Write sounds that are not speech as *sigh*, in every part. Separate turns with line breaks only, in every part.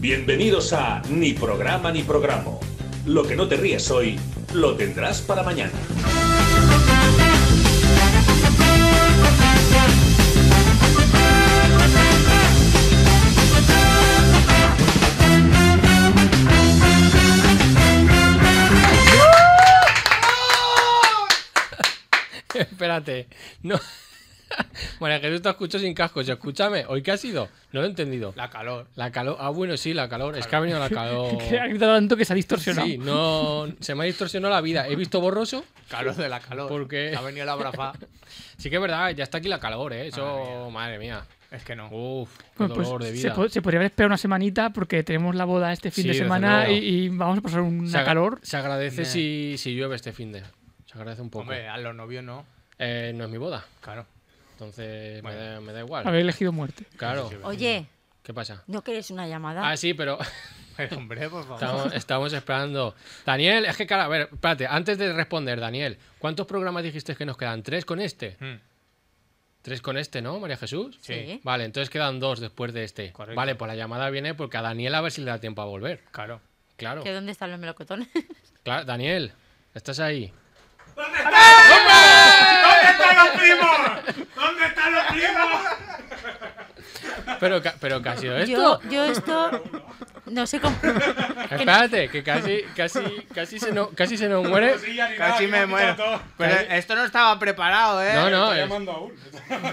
Bienvenidos a Ni programa ni programa. Lo que no te ríes hoy, lo tendrás para mañana.
*laughs* Espérate. No. *laughs* Bueno, Jesús te escucho sin cascos. Escúchame, ¿hoy qué ha sido? No lo he entendido.
La calor.
La calor. Ah, bueno, sí, la calor. Es que ha venido la calor.
*laughs* Que ha gritado tanto que se ha distorsionado.
Sí, no. Se me ha distorsionado la vida. He visto borroso.
Calor de la calor.
Porque-
Ha venido
*laughs*
la brafa.
Sí que es verdad, ya está aquí la calor, ¿eh? Eso, madre mía.
Es que no.
Uf, qué
Bueno, pues,
dolor de
se,
vida.
po- se podría haber esperado una semanita porque tenemos la boda este fin
Sí,
de
desde
semana y,
luego.
y vamos a pasar una
Se agra-
calor.
Se agradece
Nah.
si, si llueve este fin de. Se agradece un poco.
Hombre, a los novios no.
Eh, no es mi boda,
*laughs* Claro.
entonces
Bueno.
me, da, me da igual.
Haber elegido muerte.
Claro.
Oye,
¿Qué pasa?
¿no quieres una llamada?
Ah, sí, pero
Pero, Eh, hombre, por favor.
estamos,
*laughs*
estamos esperando. Daniel, es que, cara, a ver, espérate, antes de responder, Daniel, ¿cuántos programas dijiste que nos quedan? ¿Tres con este?
Mm.
¿Tres con este, no, María Jesús?
Sí.
Vale, entonces quedan dos después de este.
Correcto.
Vale, pues la llamada viene porque a Daniel a ver si le da tiempo a volver.
Claro.
Claro.
¿Que dónde están los melocotones?
Claro, Daniel, ¿estás ahí?
¿Dónde están los primos? ¿Dónde están los primos?
Pero, ca- pero ¿qué ha sido esto?
Yo, yo esto no sé cómo. que no-
Espérate, que casi, casi, casi se no, casi se nos muere.
Cosilla ni nada,
Casi
que
me
han
muero.
quitado todo.
Pero
Casi-
esto no estaba preparado, ¿eh?
No, no,
Está
es-
llamando aún.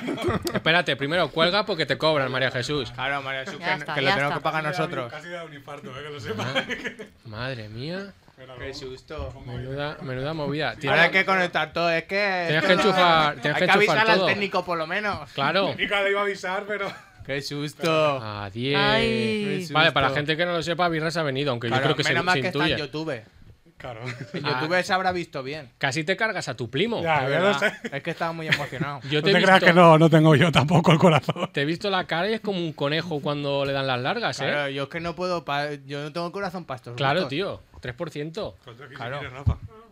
*laughs* espérate, primero cuelga porque te cobran, María Jesús.
Claro, María Jesús,
Ya
que,
está,
que lo
ya
tenemos
está.
que pagar nosotros.
Casi da un infarto, eh, que lo sepa.
Madre mía,
Qué susto.
menuda, menuda movida.
Ahora
Tienes,
hay que conectar todo, es que.
tienes que enchufar, tienes
Hay
que
que
enchufar
avisar al
todo.
técnico por lo menos.
Claro.
Mica le iba a avisar, pero.
Qué susto.
A 10.
Ay.
Vale, para la
Susto.
gente que no lo sepa, Birras ha venido, aunque
Claro,
yo creo que se,
menos mal
se
que está en
intuye.
YouTube.
Claro.
En
Ah.
YouTube se habrá visto bien.
Casi te cargas a tu primo.
Ya, ya lo
¿verdad?
sé.
Es que estaba muy
*laughs*
emocionado.
Yo
No
te,
te
he
creas
visto,
que no, no tengo *laughs* yo tampoco el corazón.
te he visto la cara y es como un conejo cuando le dan las largas, ¿eh? Claro,
Claro, yo es que no puedo. pa- Yo no tengo corazón para estos gustos.
tío. 3%.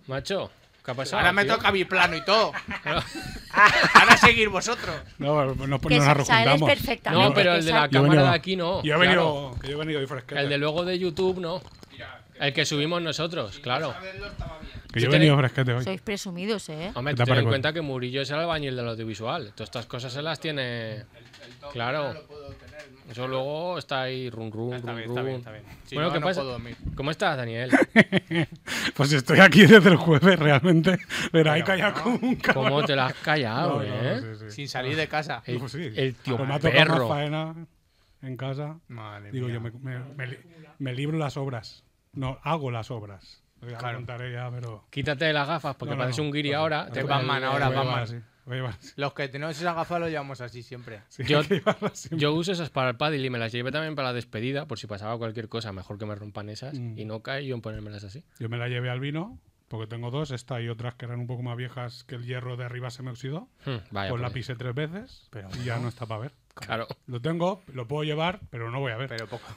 Macho, ¿qué ha pasado?
Ahora me
tío?
toca biplano y todo. *laughs* Ahora seguir vosotros.
*laughs* No, no, no,
que
pues nos
sales
rejuntamos.
perfectamente.
No, pero el de
que
la
sal-
Yo he
cámara de
venido-
aquí no.
Yo he
claro.
venido, que yo he venido hoy fresquete.
El de luego de YouTube no. El que subimos nosotros, claro.
Que yo he
Sí,
venido fresquete hoy.
Sois presumidos, ¿eh?
Hombre,
¿Qué
tú ten
te
en
parece?
cuenta que Murillo es el albañil del audiovisual. Todas estas cosas se las tiene. Claro. Eso luego está ahí, run, run,
Está
run,
bien, está bien,
run.
está bien. Si
Bueno,
no,
¿qué
no
pasa?
puedo dormir.
¿Cómo estás,
*laughs*
Daniel?
Pues estoy aquí desde el jueves, realmente. Pero ahí callado como un cabrón.
¿Cómo te la has callado,
No, no,
eh?
sí, sí.
Sin salir de casa.
El,
Pues sí.
el tío
Pues me ha tocado
perro.
más faena en casa.
Madre
Digo,
mía.
yo me, me- me li- me libro las obras. No, hago las obras. Ya lo
Claro.
contaré ya, pero.
Quítate las gafas porque
No, no,
pareces
no.
un guiri
Claro.
ahora.
Te Batman ahora,
Voy a llevar
Batman.
así, voy a llevar así. *laughs*
Los que tenemos esa gafa lo llevamos así siempre.
Sí,
Yo-
hay que llevar así.
Yo uso esas para el paddle y me las llevé también para la despedida, por si pasaba cualquier cosa, mejor que me rompan esas
Mm.
y no cae yo en ponérmelas así.
Yo me la llevé al vino, porque tengo dos, esta y otras que eran un poco más viejas que el hierro de arriba se me oxidó.
Hmm,
Ah,
vaya.
pues la
por Dios.
pisé tres veces y ya no está para ver.
Claro.
Lo tengo, lo puedo llevar, pero no voy a ver. *laughs*
Pero poco.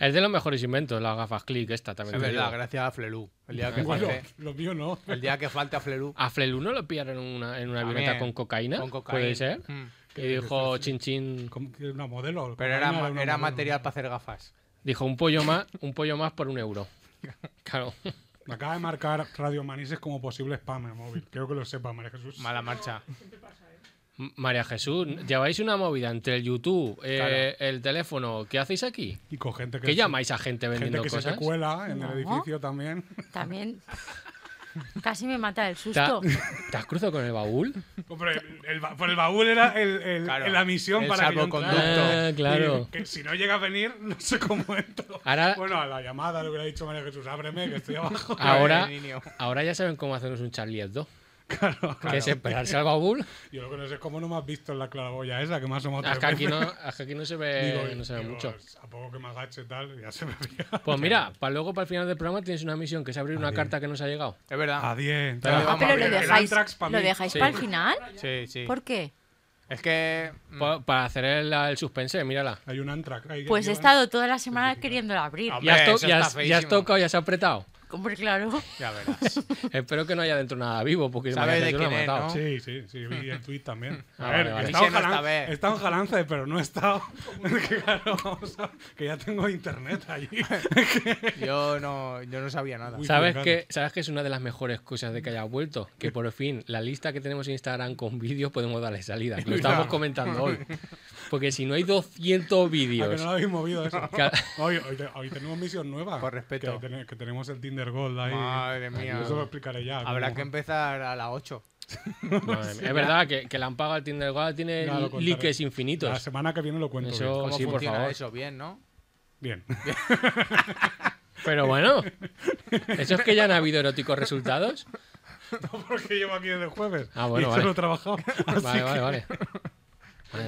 Es de los mejores inventos, las gafas click, esta también.
Es
te
verdad,
digo.
gracias a Flelu. El día que
Bueno,
falte,
lo mío no.
el día que falte a Flelu.
A Flelu no lo pillaron en una, en una
También,
avioneta con cocaína.
con cocaína.
Puede ser.
Mm.
Y dijo chin chin.
*laughs* Como que Una modelo.
Pero
Cocaína
era, ma-
una
era
modelo.
material para hacer gafas.
Dijo un pollo más, un pollo más por un euro. Claro.
Me acaba de marcar Radio Manises como posible spam en el móvil. Quiero que lo sepa, María Jesús.
Mala marcha.
M- María Jesús, lleváis una movida entre el YouTube, eh, el teléfono. ¿Qué hacéis aquí?
Y con gente que.
¿Qué
se-
llamáis a gente
Gente
vendiendo
que se
cosas?
te cuela en
No.
el edificio también.
También. Casi me mata el
¿Te, ha-
susto.
te has cruzado con el baúl?
Hombre, el, el ba- por el baúl era el- el-
Claro,
la misión
el
para que yo entrara.
salvoconducto.
Ah, claro.
*laughs* Y que si no llega a venir, no sé cómo entro.
Ahora-
Bueno, a la llamada, lo que le ha dicho María Jesús, ábreme, que
*laughs*
estoy abajo.
Ahora,
Ay, niño.
ahora ya saben cómo hacernos un Charlie Hebdo. Que es esperarse al baúl.
Yo lo que no sé es cómo no me has visto en la claraboya esa, que me ha asomado
Es
tres
que aquí
veces.
no, es que aquí no se ve,
*laughs* Digo, eh,
no se ve
digo,
mucho.
A poco que me agache tal, ya se me veía. *laughs*
Pues mira, para luego, para el final del programa, tienes una misión que es abrir una carta que nos ha llegado.
Es verdad.
A 10.
Pero-
Ah, pero lo
El
dejáis,
Antrax pa'
¿lo
mí.
dejáis
Sí.
para el final.
Sí, sí.
¿Por qué?
Es que. mm,
Pa- Pues, para hacer el, el suspense, mírala.
Hay un Antrax. ahí que
Pues he
llevan.
estado toda la semana queriéndola abrir.
Hombre,
Ya has, to-
eso
ya
está
has- ya has
feísimo.
tocado, ya has apretado. *laughs*
Hombre, claro.
Ya verás.
Espero que no haya dentro nada vivo, porque
Sabes
imagínate,
de
yo lo he
quién es,
matado.
¿no?
Sí, sí, sí, vi el tweet también.
Ah,
A ver,
vale, vale.
que Está, en
Dice no
jalan-
esta vez.
está en Jalance, pero no he estado. *laughs* que, claro, vamos a- que ya tengo internet allí. *laughs*
Yo no, yo no sabía nada.
Uy.
¿Sabes
Vulcano.
que, ¿Sabes que es una de las mejores cosas de que hayas vuelto? Que por fin la lista que tenemos en Instagram con vídeos podemos darle salida. que Lo estábamos comentando hoy. Porque si no hay 200
Ah, que
vídeos.
no lo habéis movido eso.
*laughs* Ca-
Hoy, hoy te- hoy tenemos misión nueva.
Por respeto.
Que, ten- que tenemos el Tinder Gold ahí.
Madre mía.
Eso lo explicaré ya.
Habrá
cómo-
que empezar a las 8.
Madre mía. Es verdad que, que la han pagado el Tinder Gold, tiene
Ya lo contaré.
likes
La
infinitos.
semana que viene lo cuento.
Eso-
bien.
¿Cómo
sí, por
funciona
favor.
eso? Bien, ¿no?
Bien. *laughs*
Pero bueno, ¿eso es que ya han habido eróticos resultados?
No, porque llevo aquí desde el jueves.
Ah, bueno,
y
vale.
solo
*laughs*
he trabajado. Así
Vale, vale,
que- *laughs*
vale.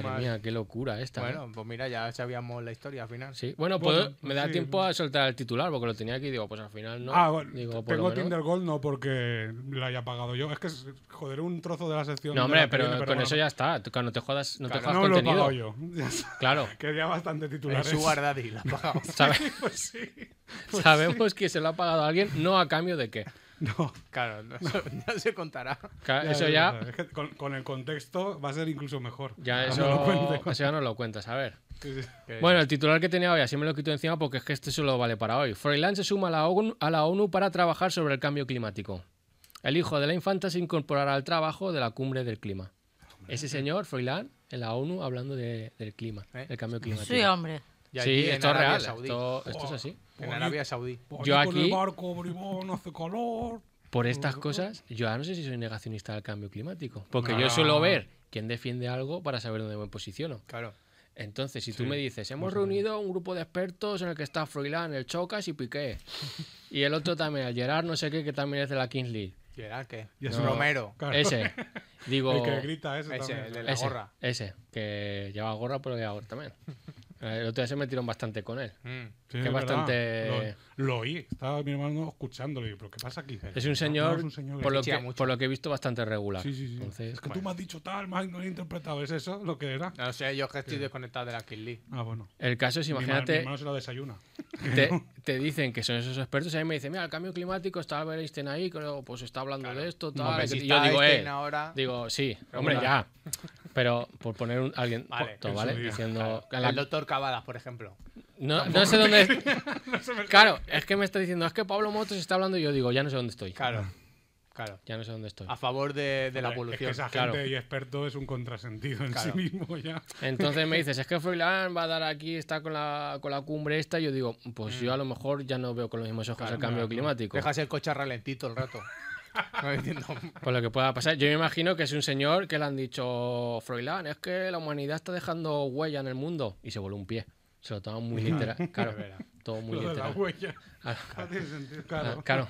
Madre mía, qué locura esta. ¿eh?
Bueno, pues mira, ya sabíamos la historia al final.
Sí, bueno,
Bueno,
¿puedo- me da
sí.
tiempo a soltar el titular porque lo tenía aquí y digo, pues al final no.
Ah, bueno,
Digo, por lo
tengo
menos.
Tinder Gold no porque la haya pagado yo. Es que es- joderé un trozo de la sección.
No,
de
hombre,
la que
pero,
viene,
con
bueno,
eso ya está. Tú, Cuando te jodas, no te
No
jodas
lo he pagado
contenido.
yo. *laughs* Ya está.
Claro.
que ya bastante
El
titulares.
Sugar Daddy la ha pagado.
Sabe-
*laughs* Pues sí.
sabemos que se lo ha pagado a alguien, no a cambio de qué.
No,
Claro, no, *laughs* eso ya se contará.
Ca-
ya,
eso
es
ya,
verdad. Es que con, con el contexto va a ser incluso mejor.
ya
Cuando
eso,
lo cuente.
eso ya no lo cuentas, a ver.
Sí, sí.
Que-
Bueno, el titular que tenía hoy, así me lo quito encima porque es que este solo vale para hoy. Froilán se suma a la, ONU, a la ONU para trabajar sobre el cambio climático. El hijo de la infanta se incorporará al trabajo de la cumbre del clima. Ese señor, Froilán, en la ONU hablando de- del clima,
¿Eh?
del cambio climático.
Sí, ah. hombre.
Sí,
Y allí en
esto es
Arabia
real,
Saudí. Oh.
esto, esto es así.
En Arabia Saudí.
Pues
Yo
ahí con
aquí-
el barco, bribón, hace calor.
por estas cosas, yo ahora no sé si soy negacionista del cambio climático. Porque yo suelo ver quién defiende algo para saber dónde me posiciono.
Claro.
Entonces, si tú me dices, hemos reunido un grupo de expertos en el que está Froilán, el Chocas y Piqué.
*laughs*
y el otro también, el Gerard, no sé qué, que también es de la Kings League.
¿Y era qué?
Y es
No.
un-
Romero.
Claro. *laughs*
Ese. Digo,
El que grita ese,
Ese,
también.
el de la
ese,
gorra.
ese, que lleva gorra, pero lleva gorra también. El otro día se metieron bastante con él.
Mm.
que
Sí, es verdad.
bastante-
Lo, lo oí, estaba mi hermano escuchándolo. y yo, ¿Pero qué pasa aquí?
Es un señor,
es un señor
por, lo
pichea
que,
mucho.
por lo que he visto, bastante regular.
Sí, sí, sí.
Entonces,
es que tú me has dicho tal, más no lo he interpretado. ¿Es eso lo que era?
No sé, yo es que estoy desconectado de la Kill League.
Ah, bueno.
el caso es,
Mi ma- Mi,
imagínate,
hermano se lo desayuna.
te, te dicen que son esos expertos y a mí me dicen, mira, el cambio climático está Albert Einstein ahí, que luego, pues está hablando de esto, tal.
Hombre,
que-
si
y yo
está
este
digo,
Einstein
eh,
ahora-
digo, sí, hombre, ya. Pero por poner un, alguien,
Vale,
todo,
en su
¿vale?
día.
Diciendo, que la-
El doctor Cavadas, por ejemplo.
no, no sé dónde. claro, es que me está diciendo, es que Pablo Motos está hablando y yo digo, ya no sé dónde estoy.
Claro. Ah. Claro.
Ya no sé dónde estoy.
A favor de, de la
Ah. Es que
evolución.
esa
claro.
gente y experto es un contrasentido en
Claro.
sí mismo ya.
Entonces me dices, es que Froilán va a dar aquí, está con la, con la cumbre esta. Y yo digo, pues yo a lo mejor ya no veo con los mismos ojos el cambio climático.
Dejas el coche ralentito el
*laughs*
rato. No entiendo.
Por lo que pueda pasar. Yo me imagino que es un señor que le han dicho, Froilán, es que la humanidad está dejando huella en el mundo. Y se voló un pie. Se lo toman muy literal. Claro, todo muy
lo de la
literal.
*laughs* huella.
Ah,
No tiene sentido,
ah,
Claro.
*laughs* Claro.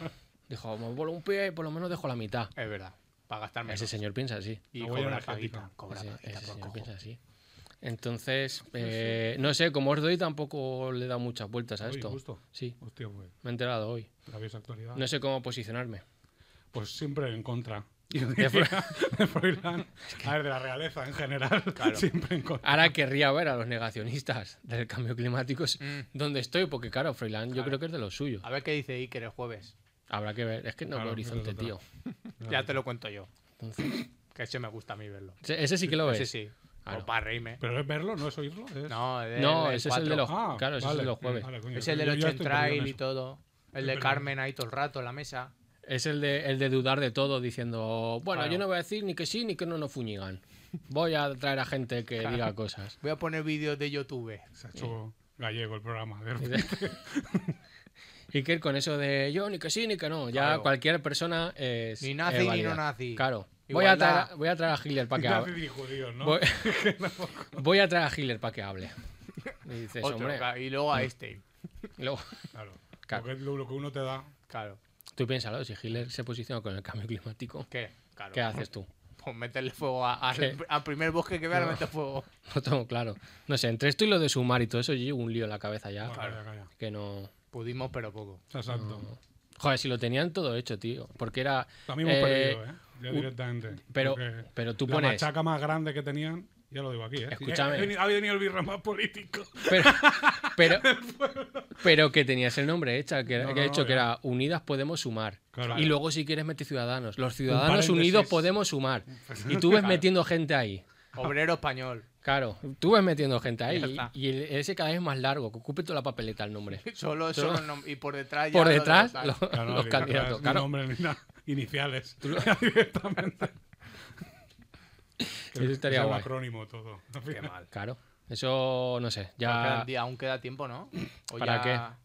Dijo, me voló un pie y por lo menos dejo la mitad.
Es verdad. Para gastarme.
Ese señor piensa así.
Y
La huella
cobra
energética.
paguita. Cobra
Ese,
paguita
ese
por
señor
cojo.
piensa así. Entonces, eh, no sé, como os doy, tampoco le he dado muchas vueltas a
Oye,
esto.
justo. Ah.
Sí,
Hostia, pues,
me he enterado hoy.
rabiosa actualidad.
No sé cómo posicionarme.
Pues siempre en contra.
De Fro-
*laughs* De Froilán. A ver, de la realeza en general. Siempre en contra.
Ahora querría ver a los negacionistas del cambio climático s-
Mm.
dónde estoy, porque claro, Freeland yo creo que es de los suyos.
A ver qué dice Iker el jueves.
Habrá que ver. Es que no
Claro,
veo
eso es
horizonte,
otra.
tío.
Ya te lo cuento yo.
Entonces,
*laughs* Que ese me gusta a mí verlo.
ese ese sí que lo ves.
Ese sí.
Claro.
O para reírme.
Pero es verlo, no es oírlo. Es...
Pues, No, el-
No, ese es el de los.
Ah,
claro, ese es el
vale.
de los jueves.
Vale, coño,
Es el del
yo ya
8
estoy perdido
Trail
en
y
eso.
todo. El de Carmen ahí todo el rato en la mesa.
Es el de, el de dudar de todo, diciendo, bueno,
Claro.
yo no voy a decir ni que sí ni que no nos fuñigan. Voy a traer a gente que diga cosas. *laughs*
Voy a poner vídeos de YouTube.
Se ha hecho gallego el programa.
*laughs*
de repente.
Iker con eso de yo ni que sí ni que no. Ya
Claro.
cualquier persona es.
Ni nazi
es
ni
válida.
no nazi.
Claro. Voy a,
Igualdad.
traer, a- voy a traer a Hitler para que
Nazi
hable.
y judíos,
*laughs*
¿no?
Voy, voy a traer a Hitler para que hable. Y dices,
Otro,
hombre.
ca- y luego a este.
y luego- Claro.
Claro.
Ah,
Porque es lo, lo que uno te da.
Claro.
tú piénsalo, si Hitler se posiciona con el cambio climático,
¿Qué? Claro.
¿qué haces tú? *laughs*
Pues meterle fuego a- al,
¿Qué?
al primer bosque que vea, le metes fuego.
No tengo claro. No sé, entre esto y lo de sumar y todo eso, yo llevo un lío en la cabeza ya.
Bueno, calla, calla.
Que no.
Pudimos, pero poco.
Exacto.
Mm. Joder, si lo tenían todo hecho, tío. Porque era.
También hemos
eh,
perdido, ¿eh? Ya
un-
directamente.
pero-
Porque
pero tú
la
pones-
machaca más grande que tenían Ya lo digo aquí, ¿eh?
Escúchame.
Ha venido, ha venido el birra más
*laughs*
político.
Pero, *laughs* pero, pero que tenías el nombre hecha, que,
No,
que he
no,
dicho
no,
que
ya.
era Unidas Podemos Sumar.
Claro.
Y luego si quieres meter Ciudadanos. Los Ciudadanos
paréntesis.
Unidos Podemos Sumar. Y tú ves metiendo gente ahí.
Obrero español.
Claro, tú ves metiendo gente ahí.
Ya
y-
está.
Y, el- ese cada vez es más largo, que ocupe toda la papeleta el
*laughs*
nombre.
Solo,
Solo-
solo nom- y por detrás ya
Por
lo de
detrás,
votar.
los,
Claro,
los
que detrás
candidatos.
ni
Claro,
nombre ni nada. Iniciales. *laughs* Directamente.
*laughs* eso estaría
Es un
guay.
acrónimo todo.
Qué mal.
Claro, eso no sé.
Aún
Ya
quedan di- Aún queda tiempo, ¿no? O
Ah. ¿Para
ya,
qué?
o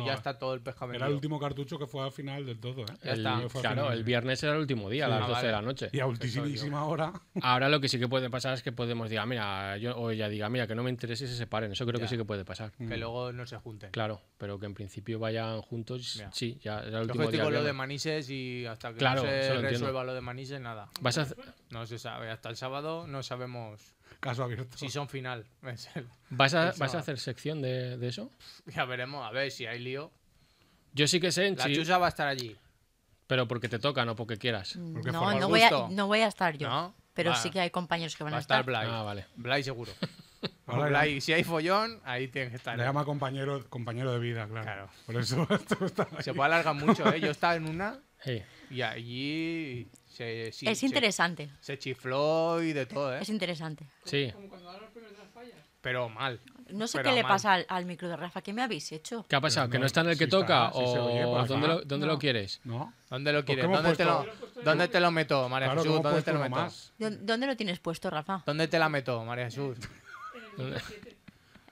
No,
ya está todo el pescado
Era el
vendido.
último cartucho que fue al final del todo, ¿eh?
Ya
el-
está.
Fue al
claro,
final.
el viernes era el último día, a las
Ah,
12 de la
vale.
noche.
Y a ultimísima hora.
Ahora lo que sí que puede pasar es que podemos diga, mira, yo, o ella diga, mira, que no me interese y se separen. Eso creo
Ya. Mm.
que sí que puede pasar.
Mm.
Que luego no se junten.
Claro, pero que en principio vayan juntos,
Ya.
sí, ya era el
Yo
último
estoy
día.
con lo de
viernes.
Manises y hasta que
Claro,
no
eso
se
lo entiendo.
resuelva lo de Manises, nada.
Vas a hacer-
No se sabe. Hasta el sábado no sabemos
Caso abierto.
si son final. *laughs* Es el-
¿Vas a,
Pensaba.
vas a hacer sección de, de eso?
Ya veremos, a ver si hay lío.
Yo sí que sé, en
La
sí,
chusa va a estar allí.
pero porque te toca, no porque quieras.
Porque
No,
forma
el
no voy, a,
gusto.
no voy a estar yo.
¿No?
Pero
Va.
sí que hay compañeros que van
Va
a
a estar
estar.
Blay.
Ah, vale.
Blay
*laughs*
seguro.
Ahora
Blay, si hay follón, ahí tiene que estar. ¿eh?
Le llama compañero, compañero de vida, claro.
Claro.
Por eso *laughs* esto está ahí.
Se puede alargar mucho, ¿eh? Yo estaba en una
Sí.
y allí se, sí,
es
se-
interesante.
Se, chifló y de todo, ¿eh?
Es interesante.
Sí.
Pero mal.
No sé
Pero
qué le
mal.
pasa al, al micro de Rafa. ¿Qué me habéis hecho?
¿Qué ha pasado? ¿Que
no,
no está en el que
sí
toca?
está, sí se oye,
¿O
pues,
dónde,
va.
lo, dónde lo quieres?
¿No?
¿Dónde lo quieres?
hemos
¿Dónde, te lo,
puesto-
¿Dónde te lo meto, María
pues
Claro que
Jesús?
hemos
¿Dónde te lo
puesto
meto?
uno más.
¿Dó- ¿Dónde lo tienes puesto, Rafa?
¿Dónde te la meto, María
*laughs*
Jesús?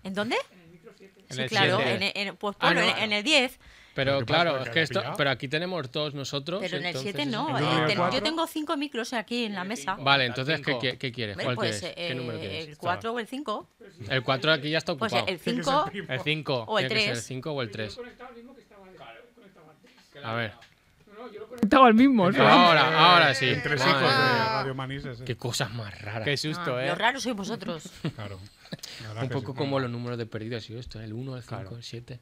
¿En dónde?
En
Sí,
el
claro.
siete.
En, el- en- pues
Ah,
bueno,
no,
en, en el 10.
Pero
¿qué pasa?
claro,
¿Que
es que
la
esto,
pilla?
pero aquí tenemos todos nosotros.
Pero en el
entonces
7
es-
no.
el
eh,
número
ten-
cuatro.
yo tengo cinco micros aquí en la mesa.
Vale, entonces, ¿qué,
Cinco.
qué, qué quieres?
Eh,
¿Cuál
pues
quieres?
eh,
¿Qué número quieres?
el 4 o el 5.
El 4 aquí ya está
Pues
ocupado. *laughs*
el 5
El 5.
o el
Tiene que ser el
3.
5 o el 3. A ver.
Estaba el mismo, ¿no?
Ahora, ahora sí.
Tres
Madre
hijos
mía.
de Radio Manises. eh.
Qué cosas más raras.
Qué susto, ¿eh?
Lo raro ah, sois vosotros.
Claro. La verdad
Un
que sí.
poco como los números de perdidos y esto. El 1, el 5, el 7.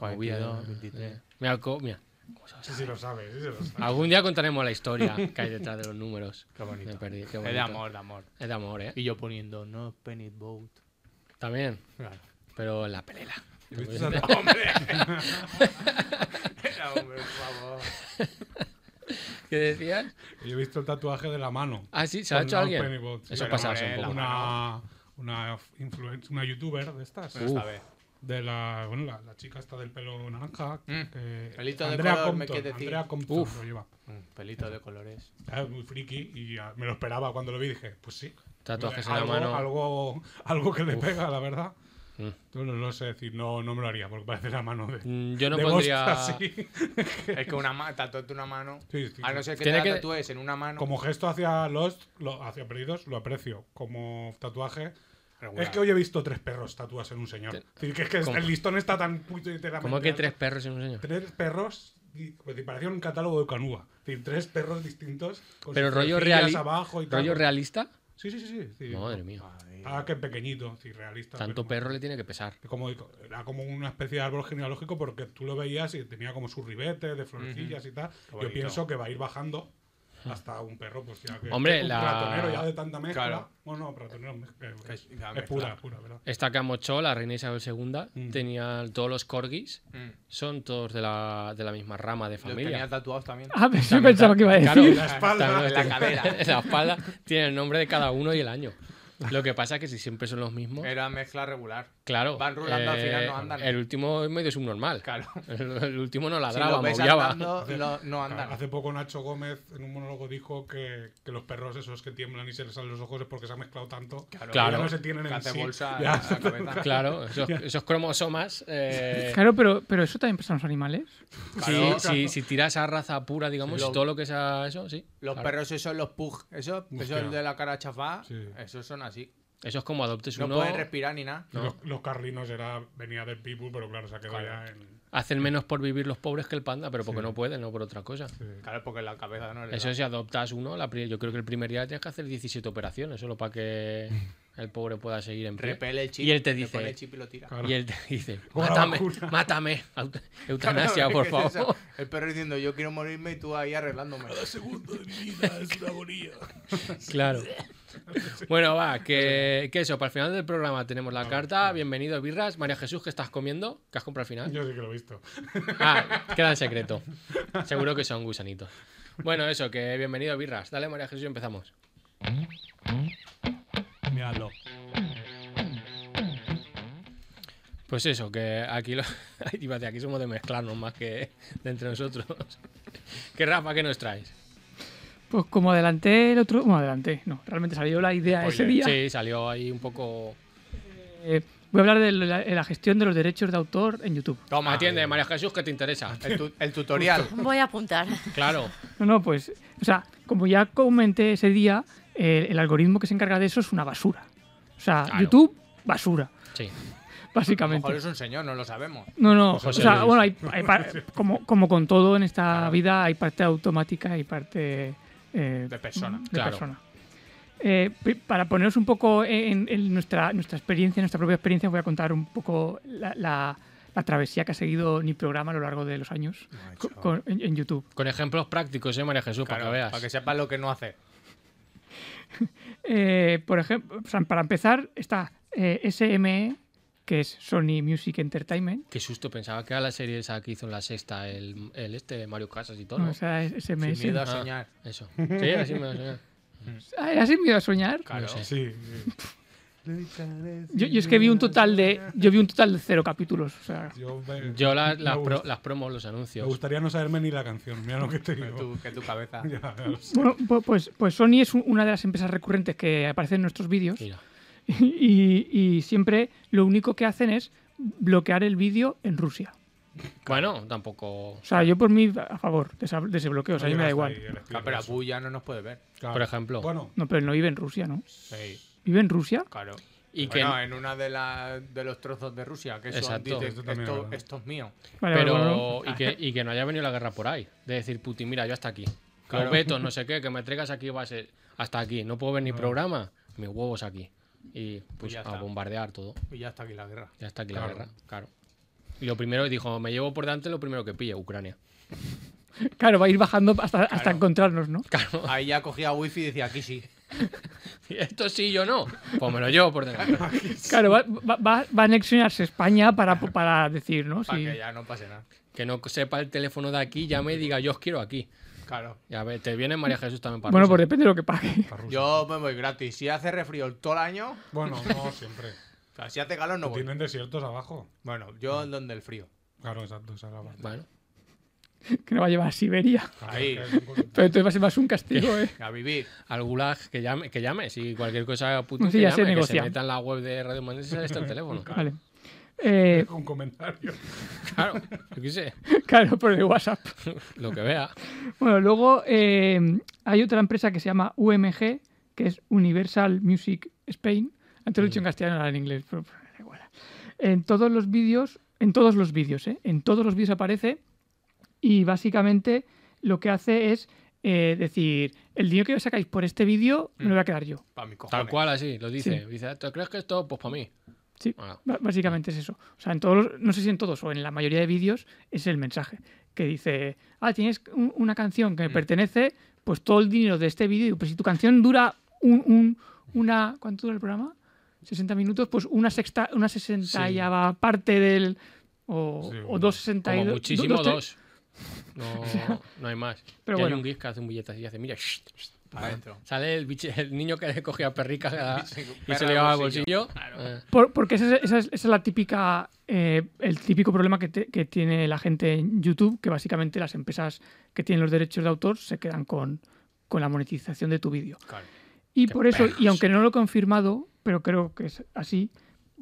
Movida,
42,
eh.
23.
Mira, co- mira.
Sí, sí lo sabes, sí, sí lo sabes.
Algún día contaremos la historia que hay detrás de los números.
Qué bonito.
Me perdí, qué
Es de
bonito.
amor, de amor.
Es de amor, ¿eh?
Y yo poniendo, no, penny boat. *laughs*
También,
Claro.
pero en la pelela. *laughs*
Hombre, por favor.
¿Qué decías?
Yo he visto el tatuaje de la mano.
Ah, sí, ¿se lo ha
Con
hecho
Now
alguien?
Pues Penny Boat, sí.
Eso
Pero,
pasa
hombre,
hace un
la-
poco.
Una, una, influen- una youtuber de estas.
Uh.
Pero esta vez.
De la, bueno, la, la chica está del pelo naranja.
Mm.
que-
Pelito de
Andrea
color, me
Compton,
quieres decir.
Andrea Compton
Uf.
lo lleva.
Mm, Pelito de colores.
Es muy friki y ah, me lo esperaba cuando lo vi. Dije, pues sí.
Tatuajes en la
algo,
mano.
Algo, algo que le pega, la verdad.
Mm.
Yo no, no sé decir, no, no me lo haría porque parece la mano de.
Mm, Yo no
de
pondría.
*laughs* Bosta, sí.
Es que una *laughs* mano, tatuarte una mano.
Sí, sí,
A
sí.
no ser que
Tiene
te
que-
la tatúes en una mano.
Como gesto hacia Lost, lo- hacia Perdidos, lo aprecio. Como tatuaje.
regular.
Es que hoy he visto tres perros tatuados en un señor. Es decir, que, es que
¿Cómo?
el listón está tan puñetera.
¿Cómo que tres perros en un señor?
Tres perros. y- pues, y parecía un catálogo de Canúa. Es decir, tres perros distintos. con
Pero
sus
rollo,
rejillas
reali-
abajo y tal.
rollo realista.
Sí, sí, sí. sí, sí.
Madre mía.
Ah, que pequeñito, sí, realista.
Tanto
pero-
perro le tiene que pesar.
que Como, era como una especie de árbol genealógico porque tú lo veías y tenía como sus ribetes de florecillas y tal. Yo
bonito.
pienso que va a ir bajando hasta un perro, pues ya que.
Hombre,
un
la-
Ratonero ya de tanta mezcla.
Claro.
Bueno, no, ratonero mez- eh,
Que
es,
es- la
es pura,
mezcla.
pura, ¿verdad?
Esta que amochó, la reina Isabel II, tenía todos los corgis,
Mm.
son todos de la, de la misma rama de
Los
familia.
tenía tatuados también.
*laughs* Ah, pero yo pensaba que iba a decir.
Claro,
La espalda.
también los
La
tenía-
cadera.
en *laughs* la espalda tiene el nombre de cada uno y el año. Lo que pasa es que si siempre son los mismos,
Era mezcla regular.
claro.
Eh,
eh,
van rulando, al final no andan.
El último es medio subnormal.
Claro.
*laughs* El, el último no
Ah,
Si
ladraba,
lo ves
maullaba.
andando, lo- no andan.
Hace poco Nacho Gómez en un monólogo dijo que, que los perros esos que tiemblan y se les salen los ojos es porque se han mezclado tanto. que
Claro.
Ya no se tienen
Que
en
hace
sí.
bolsa
Ya.
a la cabeza. *laughs*
Claro, esos, esos cromosomas. eh,
*laughs* Claro, pero, pero eso también pasa en los animales.
si,
Claro.
si- si tiras a raza pura, digamos,
Lo-
todo lo que sea eso, sí.
Los
claro.
perros esos, los pug, esos,
Hostia.
esos de la cara chafada,
Sí.
esos son así.
Eso es como adoptes
No
uno.
pueden respirar ni nada.
Y *laughs* Los, los carlinos era, venía del pitbull, pero claro, se ha quedado ya en.
Hacen menos por vivir los pobres que el panda, pero porque no pueden, no por otra cosa.
Claro, porque la cabeza no le
Eso
da.
si adoptas uno, la pri- yo creo que el primer día tienes que hacer 17 operaciones solo para
*laughs*
que el pobre pueda seguir en pie.
Repele el chip.
Y él te
le pone
dice,
el chip y lo tira.
*laughs*
Claro.
y él te
*laughs*
dice,
Como la
mátame,
vacuna".
*laughs* mátame, aut- eutanasia,
¿Qué
por
es
favor.
eso? El perro diciendo, yo quiero morirme y tú ahí arreglándome. *laughs*
segundo de mi vida es una agonía.
*laughs* Claro. Bueno, va, que, que eso, para el final del programa tenemos la carta. Bienvenido, Birras. María Jesús, ¿qué estás comiendo? ¿Qué has comprado al final?
Yo sí que lo he visto.
Ah, queda en secreto. Seguro que son gusanitos. Bueno, eso, que bienvenido, Birras. Dale, María Jesús, y empezamos.
Miradlo.
Pues eso, que aquí lo... *laughs* Ay, iba a decir, aquí somos de mezclarnos más que de entre nosotros. ¿Qué Rafa, qué nos traes?
Pues como adelanté el otro... Bueno, adelanté, no. Realmente salió la idea ese día.
Sí, salió ahí un poco.
Eh, voy a hablar de la, de la gestión de los derechos de autor en YouTube.
Toma,
Ah,
atiende,
eh.
María Jesús, que te interesa.
El, tu- el tutorial.
Voy a apuntar.
Claro.
No, no, pues... O sea, como ya comenté ese día, eh, el algoritmo que se encarga de eso es una basura. O sea,
Claro.
YouTube, basura,
Sí.
A lo mejor
básicamente.
es un señor, no lo sabemos.
No, no,
José
o sea,
Luis.
bueno, hay, hay par- como, como con todo en esta vida, hay parte automática y parte eh,
De persona.
de
Claro.
persona. Eh, pri- para poneros un poco en, en nuestra, nuestra experiencia, nuestra propia experiencia, voy a contar un poco la, la- la travesía que ha seguido mi programa a lo largo de los años co- con- en, en YouTube.
Con ejemplos prácticos, ¿eh, María Jesús?
Claro,
para que veas.
Para que sepa lo que no hace.
Eh, por ejemplo, o sea, para empezar está eh, SME, que es Sony Music Entertainment.
Qué susto, pensaba que era la serie esa que hizo en la sexta, el, el este, Mario Casas y todo.
O
¿no?
sea, es E. SMS.
Sin miedo a
Ah.
soñar.
Eso. Sí, así me lo soñaba.
Ah, ¿Has miedo a soñar?
*laughs* Claro.
sé.
Sí, sí.
Yo, yo es que vi un total de. Yo vi un total de cero capítulos. O sea,
Yo, me-
Yo las,
me
las,
gust-
pro- las promos, los
Me
anuncios.
gustaría no saberme ni la canción. Mira lo que te
Que
digo.
tu, que tu cabeza.
Ah. *laughs* Ya, ya lo sé.
bueno, pu- pues, pues Sony es un- una de las empresas recurrentes que aparecen en nuestros vídeos.
Mira.
Y, *laughs* y siempre lo único que hacen es bloquear el vídeo en Rusia.
Bueno, tampoco.
O sea, yo por mí a favor de, esa- de ese bloqueo. O sea, Pues a mí me da
Llegaste
igual.
ahí, el
Ah,
espíritu
pero
ruso.
Abu ya no nos puede ver.
Claro.
Por ejemplo.
Bueno,
No, pero él no vive en Rusia, ¿no?
Sí,
¿Vive en Rusia?
claro.
Y
bueno, eh.
que-
en una de, las de los trozos de Rusia, que son,
Exacto.
dice,
Esto también es
esto,
verdad.
esto es mío.
Vale, vale, bueno.
Pero. Y que, y que no haya venido la guerra por ahí. De decir, Putin, mira, yo hasta aquí.
Claro.
Los vetos, no sé qué, que me traigas aquí va a ser. Hasta aquí. No puedo ver ni programa. Mis huevos aquí. Y pues
ya
a
está.
bombardear todo.
Y ya está aquí la guerra.
Ya está aquí la
Claro.
guerra. Claro. Y lo primero dijo, me llevo por delante lo primero que pille, Ucrania. *laughs*
Claro, va a ir bajando hasta, hasta encontrarnos, ¿no?
Claro.
Ahí ya cogía wifi y decía, aquí sí.
*laughs* Esto sí, yo no. Pues me lo llevo por delante.
Claro, va, va- va- va a anexionarse España para, para decir, ¿no?
Para
Sí.
que ya no pase nada.
Que no sepa el teléfono de aquí, ya me diga, yo os quiero aquí.
Claro.
Ya ver, te viene María Jesús también para
Bueno, pues
Rusia.
depende de lo que pague. *laughs*
para Rusia.
Yo me voy gratis. Si hace refrío todo el año,
Bueno, no siempre.
o sea, si hace calor no voy.
Tienen desiertos abajo.
Bueno,
Ah.
yo en donde el frío.
Claro, exacto, esa es la parte.
Bueno.
Que no va a llevar a Siberia.
Claro,
Ahí.
es que es un concepto.
Pero entonces va a ser más un castigo, ¿eh?
A vivir.
al gulag que llame, que llame. Si cualquier cosa Putin
Sí,
que
ya
llame,
se
que se
negocia.
meta en la web de Radio Mandés y sale
*laughs*
hasta el teléfono.
Vale. Eh, *laughs*
Un comentario.
Claro, yo qué sé,
claro, por el WhatsApp.
lo que vea.
Bueno, luego eh, hay otra empresa que se llama UMG, que es Universal Music Spain. Antes lo he dicho en castellano, ahora en inglés, pero pero da igual. En todos los vídeos, en todos los vídeos, ¿eh? En todos los vídeos aparece y básicamente lo que hace es eh, decir, el dinero que sacáis por este vídeo me lo voy a quedar yo.
Para mi cojones.
Tal cual así, lo dice.
Sí.
Dice, ¿tú crees que esto? Pues para mí.
Sí,
Ah.
ba- básicamente es eso. O sea, en todos los- no sé si en todos o en la mayoría de vídeos es el mensaje que dice, ah, tienes un- una canción
Mm.
que me pertenece, pues todo el dinero de este vídeo, pues si tu canción dura un, un- una, ¿cuánto dura el programa? 60 minutos, pues una sexta, una 60
Sí.
ya va parte del o,
Sí,
o
bueno.
dos 62
Como muchísimo
dos, tres-
dos.
*laughs*
No, no hay más.
Pero
Pero
bueno.
Hay un gif que hace un billete así y hace, mira, shh, shh.
Para adentro.
sale el, biche- el niño que le cogía perrica a-
biche-
y
perra
se
al
le llevaba al
bolsillo.
bolsillo. Eh,
Por- porque esa es, esa es- esa es la típica, eh, el típico problema que, te- que tiene la gente en YouTube, que básicamente las empresas que tienen los derechos de autor se quedan con, con la monetización de tu vídeo.
Claro.
Y
Qué
por eso,
perros.
y aunque no lo he confirmado, pero creo que es así,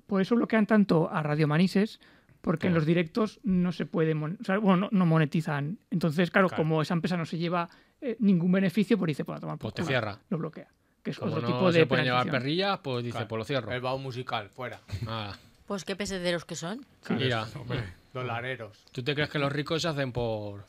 por eso bloquean tanto a Radio Manises, porque en
Toma.
los directos no se puede, mon- o sea, bueno, no, no monetizan. Entonces, claro,
Claro.
como esa empresa no se lleva eh, ningún beneficio, pues dice, pues a tomar por
Pues te
culo".
cierra.
Lo bloquea. Que es
Como
otro
no
tipo
se
de
pueden llevar
penalización.
perrillas, pues dice,
Claro. Eh,
pues lo cierro.
El baúl musical, fuera.
Nada.
Pues qué pesederos que son.
Mira,
Hombre,
Dolareros.
¿tú te crees que los ricos se hacen por...?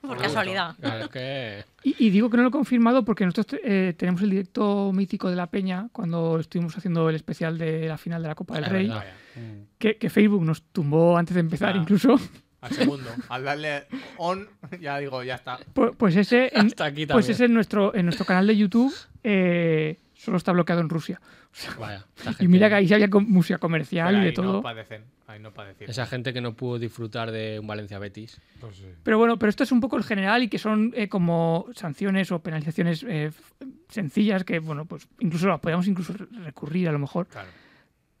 Por
Por
casualidad.
*laughs* Claro, es que...
Y, y digo que no lo he confirmado porque nosotros eh, tenemos el directo mítico de La Peña cuando estuvimos haciendo el especial de la final de la Copa del
Es
Rey,
verdad.
Vaya.
mm,
que, que Facebook nos tumbó antes de empezar
Ah.
incluso. *laughs*
*laughs*
Al segundo. Al darle on, ya digo, ya está.
Pues, pues ese, en,
Hasta aquí
pues
también.
ese en nuestro, en nuestro canal de YouTube eh, solo está bloqueado en Rusia. O sea,
Vaya, esa
y
gente-
mira que ahí sí había com- música comercial
Pero
y
ahí
de todo.
No padecen, ahí no padecieron.
Esa gente que no pudo disfrutar de un Valencia Betis.
Pues sí.
Pero bueno, pero esto es un poco el general y que son eh, como sanciones o penalizaciones eh, f- sencillas que, bueno, pues incluso las podríamos incluso re- recurrir a lo mejor.
Claro.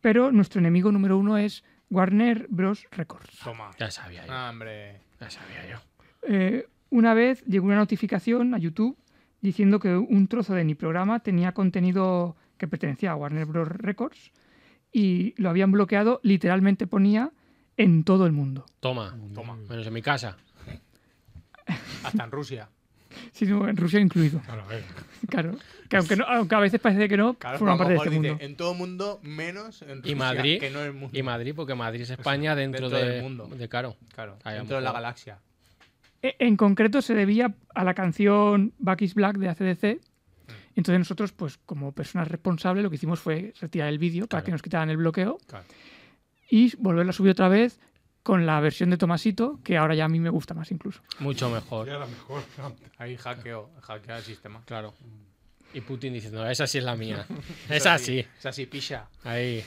Pero nuestro enemigo número uno es Warner Bros. Records.
Toma.
Ya sabía yo.
Ah, hombre.
Ya sabía yo.
Eh, una vez llegó una notificación a YouTube diciendo que un trozo de mi programa tenía contenido que pertenecía a Warner Bros. Records y lo habían bloqueado, literalmente ponía, en todo el mundo.
Toma.
Toma.
Menos en mi casa.
Hasta en Rusia.
Sino en Rusia incluido. *laughs*
Claro, a ver.
Claro. Que aunque, no- aunque a veces parece que no,
Claro,
forma
a lo
parte de
mejor
este
dice,
mundo.
en todo mundo menos en Rusia.
Y Madrid.
Que no en el mundo.
Y Madrid, porque Madrid es España dentro,
dentro
de-
del mundo.
De caro.
Claro,
Ahí a lo
dentro de la
mejor.
galaxia.
E- En concreto se debía a la canción Back is Black de ACDC. Entonces nosotros, pues como personas responsables, lo que hicimos fue retirar el vídeo para
Claro.
que nos quitaran el bloqueo
Claro.
y volverlo a subir otra vez con la versión de Tomasito, que ahora ya a mí me gusta más incluso.
Mucho mejor.
Ya era mejor antes.
Ahí hackeo, hackea el sistema.
Claro. Y Putin diciendo, esa sí es la mía. esa sí.
Es así, pilla.
Ahí.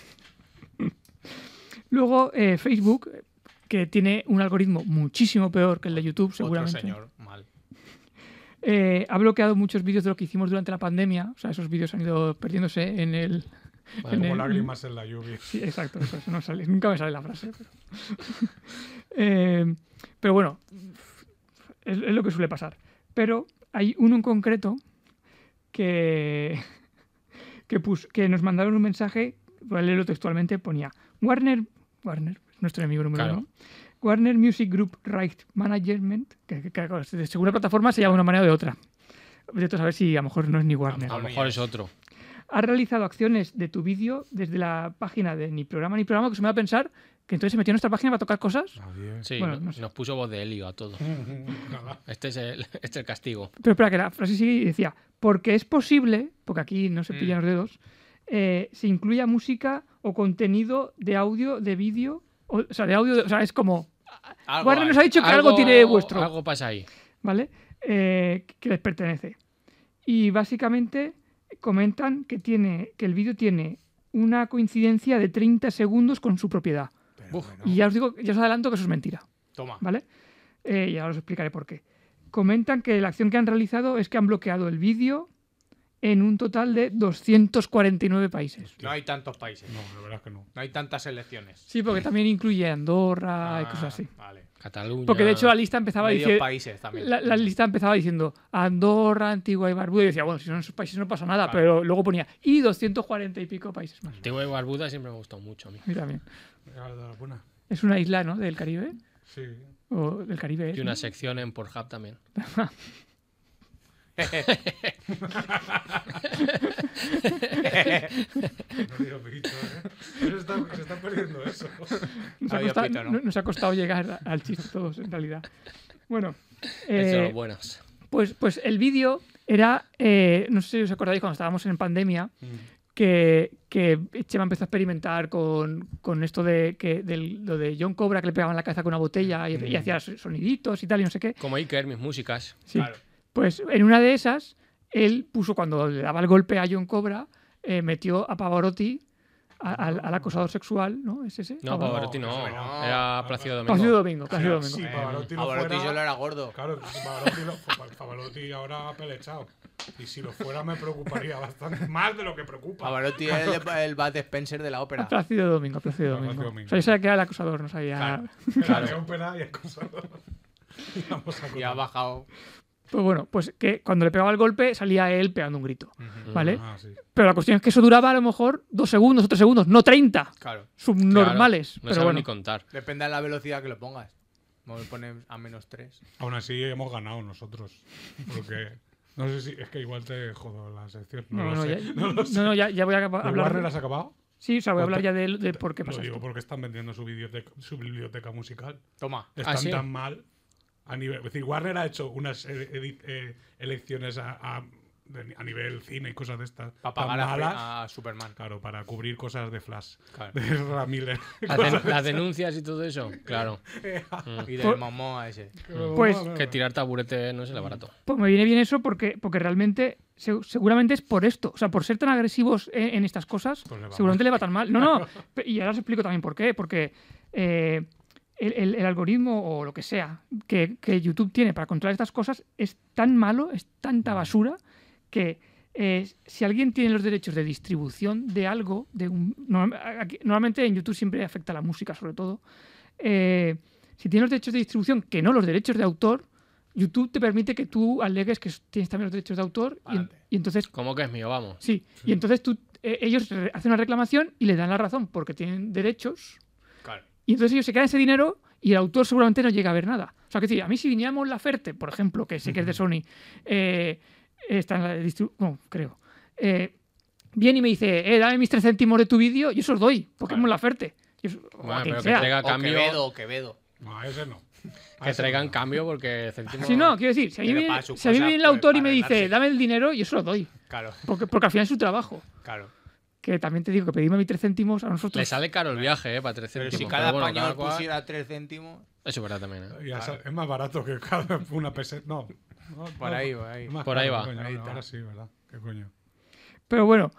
Luego eh, Facebook, que tiene un algoritmo muchísimo peor que el de YouTube seguramente,
Otro señor mal.
eh, ha bloqueado muchos vídeos de lo que hicimos durante la pandemia. O sea, esos vídeos han ido perdiéndose en el...
Vale.
en
Como
el-
lágrimas en la lluvia.
Sí, exacto, eso, eso no sale, nunca me sale la frase. Pero, *laughs* Eh, pero bueno, es, es lo que suele pasar. Pero hay uno en concreto que, *laughs* que, pus- que nos mandaron un mensaje, voy a leerlo textualmente, ponía Warner, Warner, nuestro enemigo número
Claro.
uno, Warner Music Group Right Management, que, que- que, claro, según la plataforma se llama de una manera o de otra. De esto a ver si a lo mejor no es ni Warner
A lo mejor es otro.
has realizado acciones de tu vídeo desde la página de ni programa ni programa, que se me va a pensar que entonces se metió en nuestra página para tocar cosas.
Nadie.
Sí,
Bueno,
no-
no sé.
nos puso voz de helio a todos.
Ojalá.
Este es el, *laughs* este es el castigo.
Pero espera, que la frase sigue y decía, porque es posible, porque aquí no
Mm.
se pillan los dedos, eh, se incluya música o contenido de audio, de vídeo, o, o sea, de audio, de- o sea, es como,
Algo
Warner nos
hay.
ha dicho que algo, tiene vuestro,
Algo pasa ahí.
¿vale? Eh, que les pertenece. Y básicamente comentan que, tiene, que el vídeo tiene una coincidencia de 30 segundos con su propiedad.
Pero bueno,
Y ya os digo, ya os adelanto que eso es mentira.
Toma.
¿vale? Eh, y ahora os explicaré por qué. Comentan que la acción que han realizado es que han bloqueado el vídeo en un total de 249 países.
No hay tantos países.
No, la verdad es que no.
No hay tantas elecciones.
Sí, porque también incluye Andorra y
Ah,
cosas así.
Vale.
Cataluña.
Porque de hecho la lista empezaba
Medio
diciendo
países también.
la, la lista empezaba diciendo Andorra, Antigua y Barbuda y decía, bueno, si son esos países no pasa nada,
Vale.
pero luego ponía y 240 y pico países más.
Tengo de Barbuda siempre me ha gustado mucho a mí.
A mí también.
Era de la buena.
Es una isla, ¿no? Del Caribe
Sí.
o del Caribe. ¿eh? es,
Y una
¿no?
sección en Pornhub también.
No digo pito, ¿eh? Pero está- se está perdiendo eso.
Nos ha,
Había
costado,
pito, ¿no?
no- nos ha costado llegar al chiste todos, en realidad. Bueno,
Esas son
eh,
las buenas.
pues, pues el vídeo era, eh, no sé si os acordáis cuando estábamos en pandemia, que, que Chema empezó a experimentar con, con esto de, que, del- lo de John Cobra que le pegaban la cabeza con una botella y, y hacía so- soniditos y tal y no sé qué.
Como Iker, mis músicas.
Sí.
Claro.
Pues en una de esas, él puso cuando le daba el golpe a John Cobra, eh, metió a Pavarotti, a- al, al acosador sexual, ¿no? ¿Es ese?
No, Pavarotti no.
hombre, no.
Era Plácido Domingo.
Plácido Domingo, Plácido
Sí,
Domingo.
Pavarotti
Eh,
no
Pavarotti
fuera-
solo era gordo.
Claro, si Pavarotti, lo- Fa- Pavarotti ahora ha pelechado. Y si lo fuera me preocuparía bastante. Más de lo que preocupa.
Pavarotti era el, de- el Bud Spencer de la ópera.
Plácido Domingo, Plácido
Ah, Plácido
Domingo.
Domingo.
O sea, yo sabía que era el acosador, no sabía.
Claro.
Claro. La ópera y el acosador. Y *laughs* vamos a
Y ha
contar.
bajado.
Pues bueno, pues que cuando le pegaba el golpe salía él pegando un grito, ¿vale?
Ah, sí.
Pero la cuestión es que eso duraba a lo mejor dos segundos o tres segundos, no 30
Claro.
Claro,
subnormales.
no
pero
saben
bueno,
ni contar.
Depende de la velocidad que lo pongas. Vamos a poner a menos 3.
Aún así hemos ganado nosotros. Porque. No sé si. Es que igual te jodo la sección. No,
no,
lo
no,
sé.
ya,
*laughs* no lo sé.
no, no, ya- ya voy a
¿De
hablar.
Warner has acabado?
Sí, o sea, voy a hablar
Te-
ya de, de por qué
Lo
pasa
digo
esto.
porque están vendiendo su biblioteca, su biblioteca musical.
Toma.
Están
¿Ah, sí?
tan mal a nivel. Es decir, Warner ha hecho unas eh, edi- eh, elecciones a, a de- a nivel cine y cosas de estas.
Para
tan
pagar a-
malas,
a, Superman.
Claro, para cubrir cosas de Flash.
Claro.
*laughs* De Ezra Miller.
Las,
*laughs*
den-
*laughs*
las denuncias y todo eso, claro.
Y del Momoa ese.
Pues-
Que tirar taburete no es el barato.
Pues me viene bien eso porque, porque realmente se- seguramente es por esto. O sea, por ser tan agresivos en, en estas cosas,
Pues le va
seguramente le va tan mal. No,
*laughs*
no. pe- Y ahora os explico también por qué. Porque eh, el, el- el algoritmo o lo que sea que, que YouTube tiene para controlar estas cosas es tan malo, es tanta basura, que eh, si alguien tiene los derechos de distribución de algo, de un, norm- aquí- normalmente en YouTube siempre afecta la música sobre todo, eh, si tienes los derechos de distribución, que no los derechos de autor, YouTube te permite que tú alegues que tienes también los derechos de autor y, en-
Adelante.
y entonces
¿Cómo que es mío? Vamos.
sí, y entonces tú eh, ellos re- hacen una reclamación y le dan la razón porque tienen derechos
Claro.
y entonces ellos se quedan ese dinero y el autor seguramente no llega a ver nada. O sea, que decir, a mí si viniéramos la Ferte, por ejemplo, que sé que es de Sony, eh, está en la distri- no, creo. eh, viene y me dice, eh, dame mis tres céntimos de tu vídeo, yo se los doy, porque
Claro.
es la Ferte. Yo se- o a
Bueno,
quien
pero que
sea.
traiga
O Quevedo, Ah,
cambio.
o Quevedo.
No, a ese no. A
Que
ese
traigan
no.
cambio porque
*laughs*
céntimo-
Si no, quiero decir, si a mí,
Pero
viene,
para sus
si a mí
cosas,
viene el
pues,
autor y
para
me dice,
arreglarse.
dame el dinero, yo se lo doy.
Claro,
Porque, porque al final es su trabajo.
claro.
Que también te digo que pedirme mis tres céntimos a nosotros.
Le sale caro el viaje, ¿eh? Para tres
Pero
céntimos.
si cada
Pero bueno,
español
cada cual-
pusiera 3 céntimos.
Eso es verdad también, ¿eh?
Ya sa- Es más barato que cada una peseta. No. No,
Por
no,
ahí,
no.
por ahí.
Es más
Por ahí
caro,
va.
coño,
Ahí
ahora-
está.
ahora sí, ¿verdad? ¿Qué coño?
Pero bueno,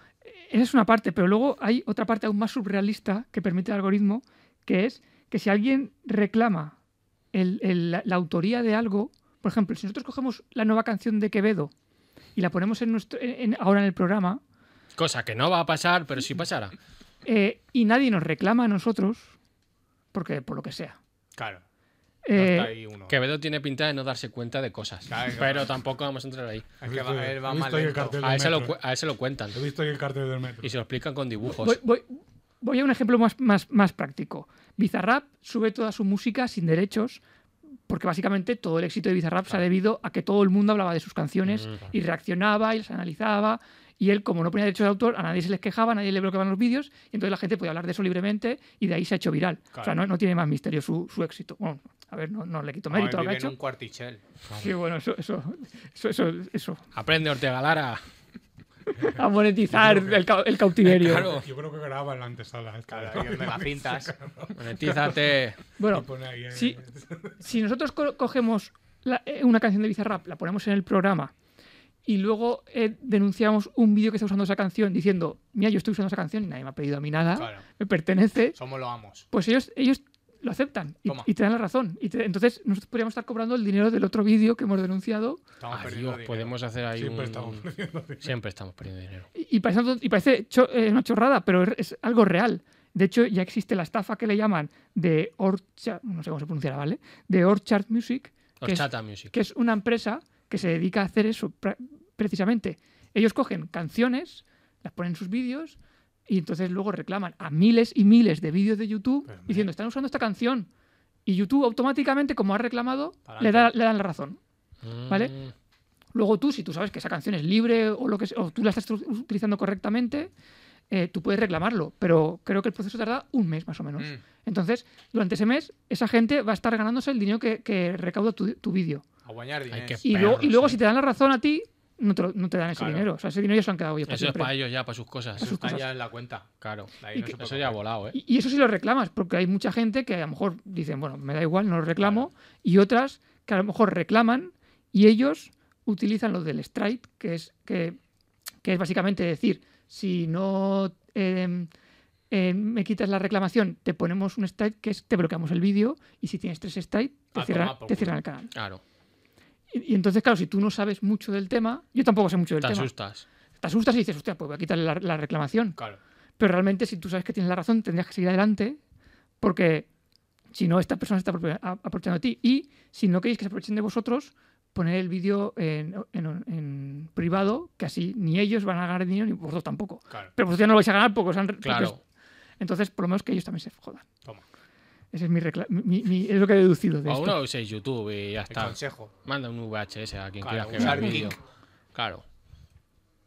esa es una parte. Pero luego hay otra parte aún más surrealista que permite el algoritmo, que es que si alguien reclama el- el- la, la autoría de algo, por ejemplo, si nosotros cogemos la nueva canción de Quevedo y la ponemos en nuestro, en- en- ahora en el programa
Cosa que no va a pasar, pero si pasara.
eh, y nadie nos reclama a nosotros, porque por lo que sea.
Claro. No
eh,
está ahí uno.
Quevedo tiene pinta de no darse cuenta de cosas.
Claro, claro.
Pero tampoco vamos a entrar ahí.
Es que va, él va
He
más
visto ahí el
lento.
cartel
A
del
él, se lo,
metro.
cu- a él se lo cuentan.
He visto ahí el cartel del metro.
Y se lo explican con
Voy,
dibujos.
voy- voy a un ejemplo más, más, más práctico. Bizarrap sube toda su música sin derechos, porque básicamente todo el éxito de Bizarrap se ha debido a que todo el mundo hablaba de sus canciones y reaccionaba y las analizaba. Y él, como no ponía derechos de autor, a nadie se les quejaba, a nadie le bloqueaban los vídeos, y entonces la gente podía hablar de eso libremente y de ahí se ha hecho viral. O sea,
Claro.
no, no tiene más misterio su, su éxito. Bueno, a ver, no, no le quito
Vamos,
mérito a lo
vive
que ha
en
hecho.
un cuartichel.
Sí, bueno, eso, eso, eso, eso, eso.
Aprende Ortega Lara.
A monetizar el, ca- el cautiverio.
Claro.
Yo creo que graba en la antesala. esta.
Claro, ahí donde las *laughs* pintas.
Monetízate.
Y
Bueno,
pone ahí, eh,
Sí. si nosotros co- cogemos la- eh, una canción de Bizarrap, la ponemos en el programa y luego eh, denunciamos un vídeo que está usando esa canción diciendo, mira, yo estoy usando esa canción y nadie me ha pedido a mí nada,
Claro.
me pertenece,
Somos los amos.
pues ellos, ellos lo aceptan y,
Toma.
y te dan la razón. Y te- entonces nosotros podríamos estar cobrando el dinero del otro vídeo que hemos denunciado
Estamos
Adiós,
perdiendo dinero.
podemos hacer ahí
Siempre
un-
estamos perdiendo dinero.
Siempre estamos perdiendo dinero.
y, y parece, algo- y parece cho- eh, una chorrada, pero es, es algo real. De hecho, ya existe la estafa que le llaman de Orchard, no sé cómo se pronunciará, ¿vale? De Orchard Music, que es-
Horchata Music.
que es una empresa que se dedica a hacer eso pra- precisamente. Ellos cogen canciones, las ponen en sus vídeos y entonces luego reclaman a miles y miles de vídeos de YouTube
Pero, hombre.
diciendo, están usando esta canción. Y YouTube automáticamente, como ha reclamado,
Pa'lante.
le, da, le dan la razón. ¿vale?
Mm,
Luego tú, si tú sabes que esa canción es libre o, lo que sea, o tú la estás tru- utilizando correctamente, eh, tú puedes reclamarlo. Pero creo que el proceso tarda un mes más o menos.
Mm,
Entonces, durante ese mes, esa gente va a estar ganándose el dinero que, que recauda tu- tu vídeo.
a guañar dinero.
que-
Y luego, y
Perros,
luego
eh.
si te dan la razón a ti, no te, lo- no te dan ese
pues Claro.
dinero. O sea, ese dinero ya se lo han quedado ellos para
Eso es
siempre.
para ellos ya, para sus cosas.
Para sus
Está
cosas.
ya en la cuenta.
Claro.
De ahí no se puede
Eso ya ha
coger.
volado, ¿eh?
Y, y eso sí lo reclamas, porque hay mucha gente que a lo mejor dicen, bueno, me da igual, no lo reclamo. Y otras que a lo mejor reclaman y ellos utilizan lo del strike, que es, que, que es básicamente decir, si no eh, eh, me quitas la reclamación, te ponemos un strike, que es te bloqueamos el vídeo, y si tienes tres strike, te,
A
cierra-
tomar Ah, por
te
culo.
cierran el canal.
Claro.
Y, y entonces, claro, si tú no sabes mucho del tema, yo tampoco sé mucho del
Te
tema.
asustas.
te asustas y dices, hostia, pues voy a quitarle la, la reclamación.
Claro.
Pero realmente, si tú sabes que tienes la razón, tendrías que seguir adelante, porque si no, esta persona se está apropia- a- aprovechando de ti. Y si no queréis que se aprovechen de vosotros, poner el vídeo en, en- en privado, que así ni ellos van a ganar dinero ni vosotros tampoco.
Claro.
Pero vosotros ya no lo vais a ganar porque os han. porque
Claro.
os- entonces, por lo menos que ellos también se jodan.
Toma. Ah,
Ese es mi, recla- mi- mi- mi- es lo que he deducido de
O
esto.
uno uséis YouTube y ya
El
está.
consejo.
Manda un VHS a quien quiera
Claro,
que
un
vea el
Shark
vídeo.
Tank.
Claro.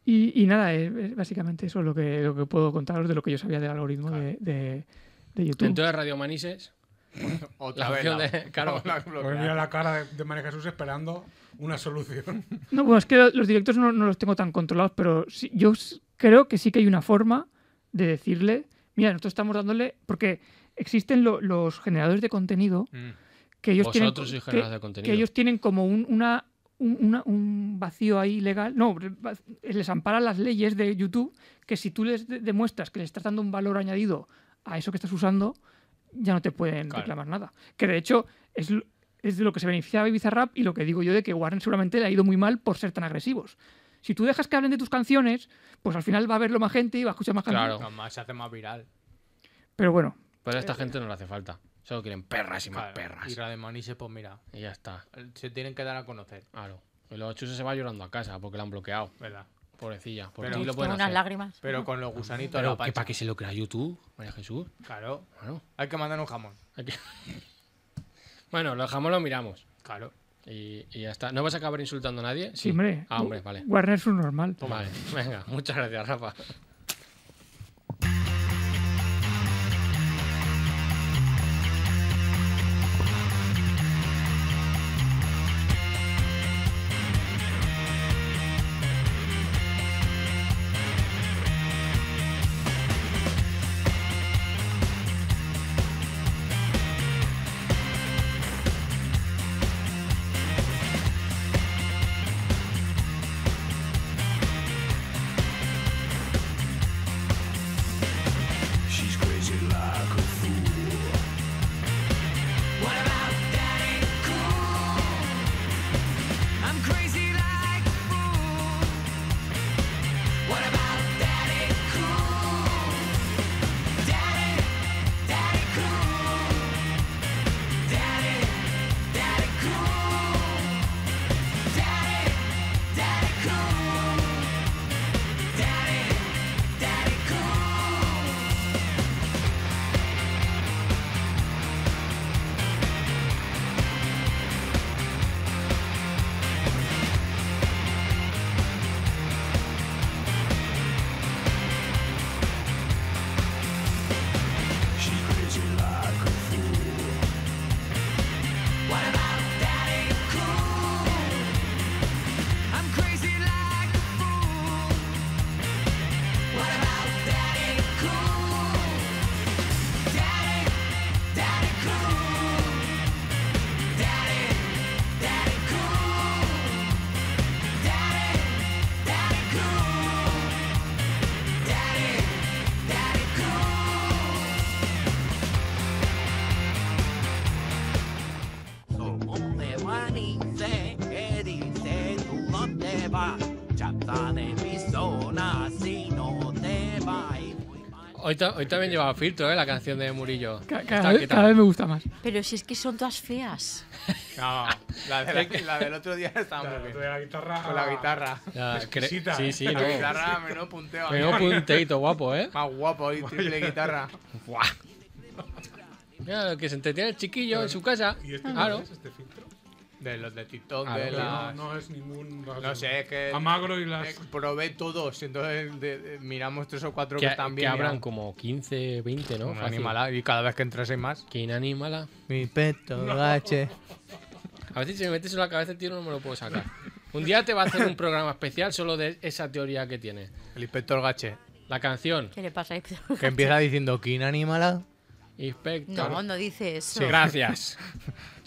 Y, y nada, eh, eh, básicamente eso es lo que, lo que puedo contaros de lo que yo sabía del algoritmo de, de- de YouTube.
Entonces, Radio Manises,
Otra
La
vez.
opción de- claro.
*laughs* la bloquea.
Pues mira la cara de, de María Jesús esperando una
*laughs*
solución.
No, bueno, es que los directos no, no los tengo tan controlados, pero sí- yo s- creo que sí que hay una forma de decirle, mira, nosotros estamos dándole, porque existen lo- los generadores de contenido
Mm.
que ellos
Vosotros sois
tienen,
generadores
que,
de contenido.
que ellos tienen como un, una, un, una- un vacío ahí legal, no, va- les amparan las leyes de YouTube que si tú les de- demuestras que le estás dando un valor añadido a eso que estás usando, ya no te pueden
Claro.
reclamar nada. Que de hecho es, l- es de lo que se beneficiaba Bizarrap y lo que digo yo de que Warren seguramente le ha ido muy mal por ser tan agresivos. Si tú dejas que hablen de tus canciones, pues al final va a verlo más gente y va a escuchar más canciones.
Claro.
No, más, se hace más viral.
Pero bueno,
Pero a esta gente no le hace falta. Solo quieren perras y más
Claro, Y
perras.
Radio Manises, pues mira,
Y ya está.
se tienen que dar a conocer,
Claro. Y luego Chuse se va llorando a casa porque la han bloqueado.
¿verdad?
Pobrecilla. Por
Pero-
ti lo
Tengo
pueden
unas
hacer.
lágrimas.
Pero con los gusanitos de
Pero
la
que
pancha.
para que se lo crea YouTube, María Jesús.
Claro,
Bueno,
hay que mandar un jamón.
hay que- *laughs* bueno lo dejamos, lo miramos.
Claro.
Y, y ya está. ¿No vas a acabar insultando a nadie?
sí, hombre,
Ah, hombre, vale.
Warner es un normal.
Vale, *laughs* venga. Muchas gracias, Rafa.
She's crazy like a fool. What about that ain't cool? I'm crazy like a fool. What about that ain't cool? That ain't, that ain't cool. That ain't, that ain't cool. That ain't, that ain't cool. That ain't, that ain't cool. She's crazy like a fool. What about that ain't cool? I'm crazy like a fool. What about that ain't cool? That ain't, that ain't cool. That ain't, that ain't cool. That ain't, that ain't cool. That ain't, that ain't cool.
Ole vanitse erikseen tulla teva. Chattane pistona sino teva.
Hoy, ta- hoy también llevaba filtro, ¿eh? La canción de Murillo.
Ca-
¿Qué
Cada,
tal,
vez-
qué tal?
cada vez me gusta más.
Pero si es que son todas feas.
No, la, de la- la del otro día estaba
Claro,
Ah, muy
tú
bien.
de la guitarra. ah,
Con la guitarra.
Ya, cre-
Exquisita,
Sí,
¿eh?
sí,
La
no.
guitarra, menudo punteo.
Menudo *laughs*
amigo.
punteito guapo, ¿eh?
Más guapo hoy, triple guitarra.
Buah. *laughs* Mira, lo que se entretiene el chiquillo en su casa.
¿Y este
Ah, Claro.
no es este filtro?
De los de TikTok,
Claro,
de
pero
Pero
las.
No, no es ningún.
No sé, es que-
Amagro y
Eh,
las.
probé todos, entonces de- de- miramos tres o cuatro que,
Que,
están
que
bien.
habrán
miramos.
como 15, 20, ¿no?
Un
Fácil.
animalada, y cada vez que entras hay más.
Que inanimala.
Mi peto, gache.
A veces si me metes en la cabeza el tío no me lo puedo sacar. Un día te va a hacer un programa especial solo de esa teoría que tiene.
El inspector gache.
La canción.
¿Qué le pasa a Héctor?
Que empieza diciendo, ¿quién animala?
Inspector.
No, no dice eso.
Gracias.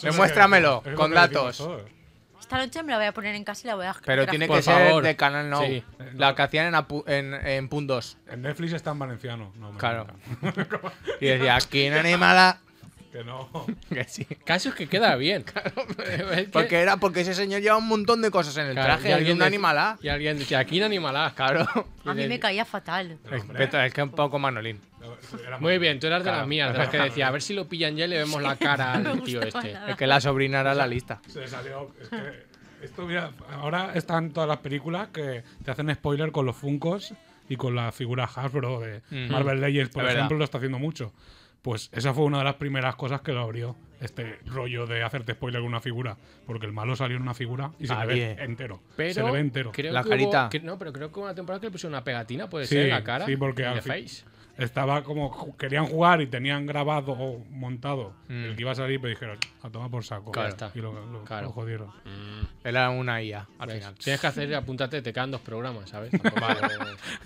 Demuéstramelo,
Eso es lo
con
que decimos
datos.
todos.
Esta noche me la voy a poner en casa y la voy a
Pero
graf-
tiene
Por
que ser
favor.
de Canal Now.
Sí.
La que hacían en, apu- en, en Pun 2.
En Netflix está en valenciano. No, me
Claro.
encanta.
Y decía, ¿quién animala? *laughs*
que no. *laughs*
Que sí.
Caso es que queda bien. Pero *laughs* es que-
Porque era porque ese señor lleva un montón de cosas en el
Claro,
traje.
y
y alguien
dec-
animala.
Y alguien decía, aquí inanimala.
Claro.
A mí me caía fatal.
Es que- es que es un poco Manolín.
Era
Muy bien, tú eras de las
Claro.
mías, de las que decía, a ver si lo pillan ya y le vemos la
*laughs*
cara
No me
al tío
gustaba
este.
nada.
Es que la sobrina era la lista.
Se le salió. Es que esto, mira, ahora están todas las películas que te hacen spoiler con los Funcos y con la figura Hasbro de Marvel Legends, por
Es verdad.
ejemplo, lo está haciendo mucho. Pues esa fue una de las primeras cosas que lo abrió. este rollo de hacerte spoiler con una figura, porque el malo salió en una figura y se
Ah,
le ve
bien.
entero.
Pero
se le ve entero.
creo
La
que
carita.
Hubo, que- no, pero creo que hubo una temporada que le pusieron una pegatina, puede
Sí,
ser, en la cara.
sí, porque
en The
al fin-
Face.
Estaba como ju- querían jugar y tenían grabado o montado el que iba a salir, pero dijeron, a tomar por saco.
Mm. Claro está.
Y lo, lo-
Claro.
lo jodieron.
Era una IA al
¿Ves?
final.
Tienes que hacer, apúntate, te quedan dos programas,
*laughs*
¿sabes? Tampoco-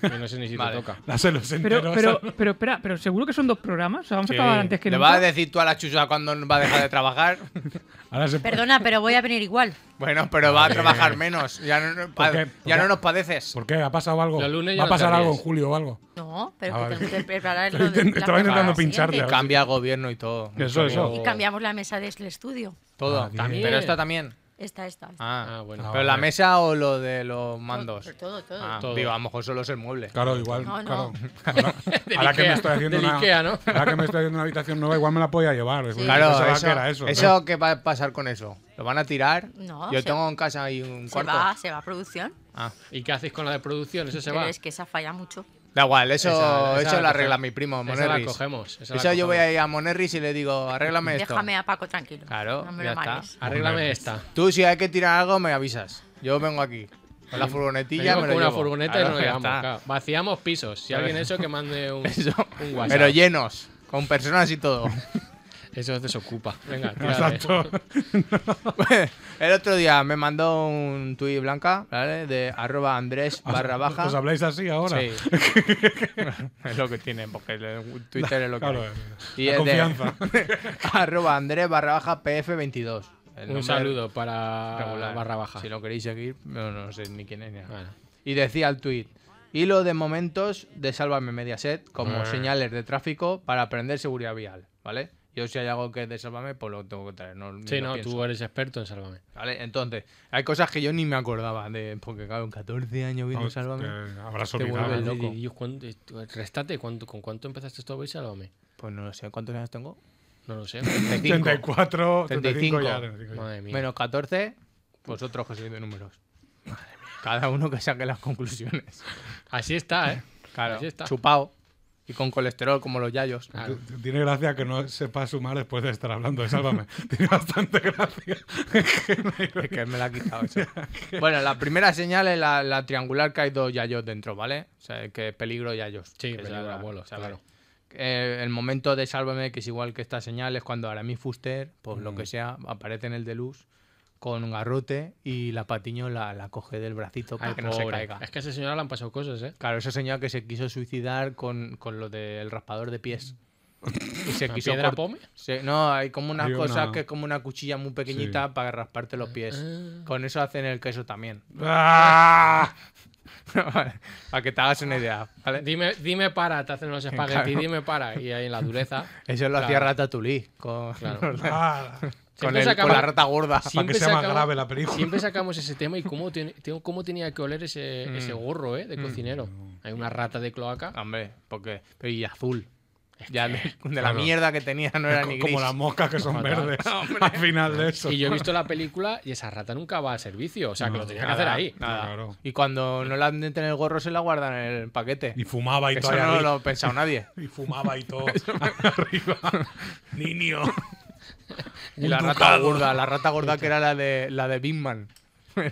yo no sé ni si
Vale.
te toca.
Dáselos enteros.
Pero, pero, pero espera, pero seguro que son dos programas. O sea, vamos a acabar antes que
¿Le
nunca.
vas a decir tú a la chucha cuándo va a dejar de trabajar?
*laughs* Ahora se
Perdona, pero voy a venir igual.
bueno, pero va a trabajar menos. Ya no,
¿Por qué?
ya
¿Por
no
qué?
nos padeces.
¿Por qué? ¿Ha pasado algo?
Los lunes ya
¿Va a
no te
pasar algo en
ríes.
julio o algo?
No, pero
Ah,
que
vale.
tengo que
*laughs*
preparar lo
Estaba
de- la
intentando ¿eh?
temporada
pincharte,
siguiente.
a ver.
Cambia gobierno y todo.
Eso, eso.
Y cambiamos la mesa del estudio.
Todo.
Ah,
también.
Pero esta también.
Esta, esta. esta.
Ah,
Ah, bueno.
¿Pero la mesa o lo de los mandos?
Todo, todo.
Ah,
Todo.
digo, a lo mejor solo es el mueble.
Claro, igual.
No, no.
*laughs*
claro. Ahora, ahora que me
Ikea,
estoy haciendo
del
una.
Ikea, ¿no?
ahora que me estoy haciendo una habitación nueva, igual me la podía llevar. Yo
Claro,
pensaba
eso,
que era eso.
eso ¿qué va a pasar con eso? ¿Lo van a tirar?
No,
Yo
se-
tengo en casa ahí un
Se
cuarto.
va, se va a producción.
Ah,
¿Y qué hacéis con la de producción? Eso se
pero
va.
es que esa falla mucho.
da igual, eso,
Esa- esa
eso lo
la
arregla
cogemos.
mi primo,
Esa la
Monerris.
cogemos, esa la
Eso yo voy
cogemos.
a ir a Monerris y le digo, arréglame esto.
Déjame a Paco tranquilo.
Claro,
no me
ya
lo
está.
manes.
Arréglame esta.
Tú, si hay que tirar algo, me avisas. Yo vengo aquí. Con la furgonetilla,
Venimos
me lo
con una
llevo.
furgoneta
Claro,
y nos
ya
llegamos.
está.
claro. Vaciamos pisos. Si alguien eso, que mande un,
*laughs* Eso.
un WhatsApp.
Pero llenos, con personas
*laughs*
y todo. *laughs*
Eso desocupa.
*laughs*
Venga, tírale.
Exacto.
El otro día me mandó un tuit blanca, ¿vale? De arroba Andrés
Ah,
barra baja.
¿Os habláis así ahora?
Sí. es lo que tienen, porque el Twitter es lo que
Claro.
hay. es
la
de-
confianza.
*laughs* arroba Andrés barra baja PF22. El nombre
Un saludo para
regular.
barra baja.
Si lo queréis seguir, no, no sé ni quién es. ni nada.
Bueno.
Y decía el tuit. Hilo de momentos de Sálvame Mediaset como señales de tráfico para aprender seguridad vial, ¿vale? Yo si hay algo que es de Sálvame, pues lo tengo que traer. No, ni
Sí,
lo
no,
pienso.
tú eres experto en Sálvame.
¿Vale? Entonces, hay cosas que yo ni me acordaba de. Porque, claro, en 14 años viendo
Vamos,
Sálvame.
que Habrás
Te
olvidado.
vuelve loco.
Dios, ¿cuánto- eh, restate, ¿cuánto- ¿con cuánto empezaste esto hoy, Sálvame?
Pues no lo sé, ¿cuántos años tengo?
No lo sé.
34, 35 ya.
35.
35 ya.
Madre mía.
Menos 14, vosotros que sois de números. Cada uno que saque las conclusiones.
Así está, ¿eh?
Claro,
Así está.
chupado. Y con colesterol como los yayos. *laughs*
Claro.
T- Tiene gracia que no sepa sumar después de estar hablando
*laughs*
de Sálvame. Tiene bastante gracia.
Es que me la ha
*laughs*
quitado eso. Bueno, la primera señal es la, la triangular que hay dos yayos dentro, ¿vale? O sea, que peligro yayos.
Sí,
Que
peligro
sea la-
abuelos,
¿sabes?
claro.
Eh, el momento de Sálvame, que es igual que esta señal, es cuando Aramis Fuster, pues lo
Mm.
que sea, aparece en el de luz con un garrote y la patiño la, la coge del bracito para
Ay,
que no se
pobre.
caiga.
Es que a esa señora le han pasado cosas, ¿eh?
Claro, esa señora que se quiso suicidar con, con lo del raspador de *laughs* pies. Y se quiso
¿Piedra
cort-
pome?
se- no, hay como una
Hay
cosa
una-
que es como una cuchilla muy pequeñita para rasparte los pies. Con eso hacen el queso también. *laughs*
¡Ah!
para que te hagas una idea, ¿vale?
Dime, dime para, te hacen los espaguetis, dime para. Y ahí en la
*laughs*
dureza.
Eso lo hacía Ratatouille *laughs* con,
Claro.
¡Ah!
con,
Siempre
el- con
sacaba-
la rata gorda.
Para que sea más grave la película.
Siempre sacamos ese tema y cómo, tiene- tengo- cómo tenía que oler ese,
Mm.
ese gorro, ¿eh? De cocinero. Hay una rata de cloaca.
*laughs* Hombre, porque... Pero y azul. Ah,
*laughs*
Ya *laughs* de, de la mierda que tenía no
*laughs*
era ni gris.
Como las moscas que son verdes
*laughs*
al final de eso.
Y yo he visto la película y esa rata nunca va al servicio. O sea, que lo tenía que hacer
Nada,
ahí.
nada.
Claro.
Y cuando no la meten en el gorro, se la guardan en el paquete.
Y fumaba y
Eso
todo.
no lo ha pensado *laughs* nadie.
Y fumaba y *laughs* todo. Arriba. *laughs* Niño.
Y la rata gorda, la rata gorda que era la de la de Big Man.
hace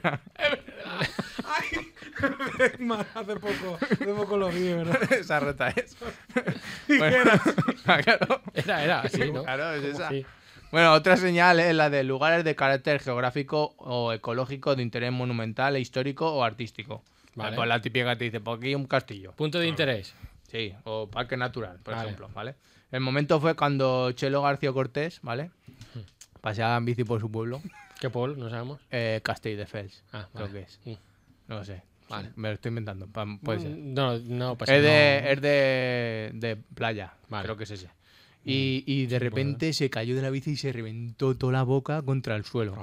poco, hace poco lo vi, ¿verdad?
*laughs* esa rata *laughs* es. Bueno, *laughs* claro,
Era,
*laughs*
era, así, ¿no?
claro, es esa.
Sí.
Bueno, otra señal es la de lugares de carácter geográfico o ecológico de interés monumental, e histórico o artístico.
Vale.
Pues la típica que te dice, por aquí hay un castillo.
Punto de interés.
Sí, o parque natural, por
Vale.
ejemplo, ¿vale? El momento fue cuando Chelo García Cortés, ¿vale? Paseaba en bici por su pueblo,
¿Qué Paul? No sabemos.
eh, Castell de Fels,
Ah,
creo
vale.
que es.
Sí.
No lo sé.
Vale.
Me lo estoy inventando. pa- Puede ser.
No, no pasa
Es
nada.
de, es de, de playa,
Vale.
pues creo que es ese. pues Y, y de repente se cayó de la bici y se reventó toda la boca contra el suelo.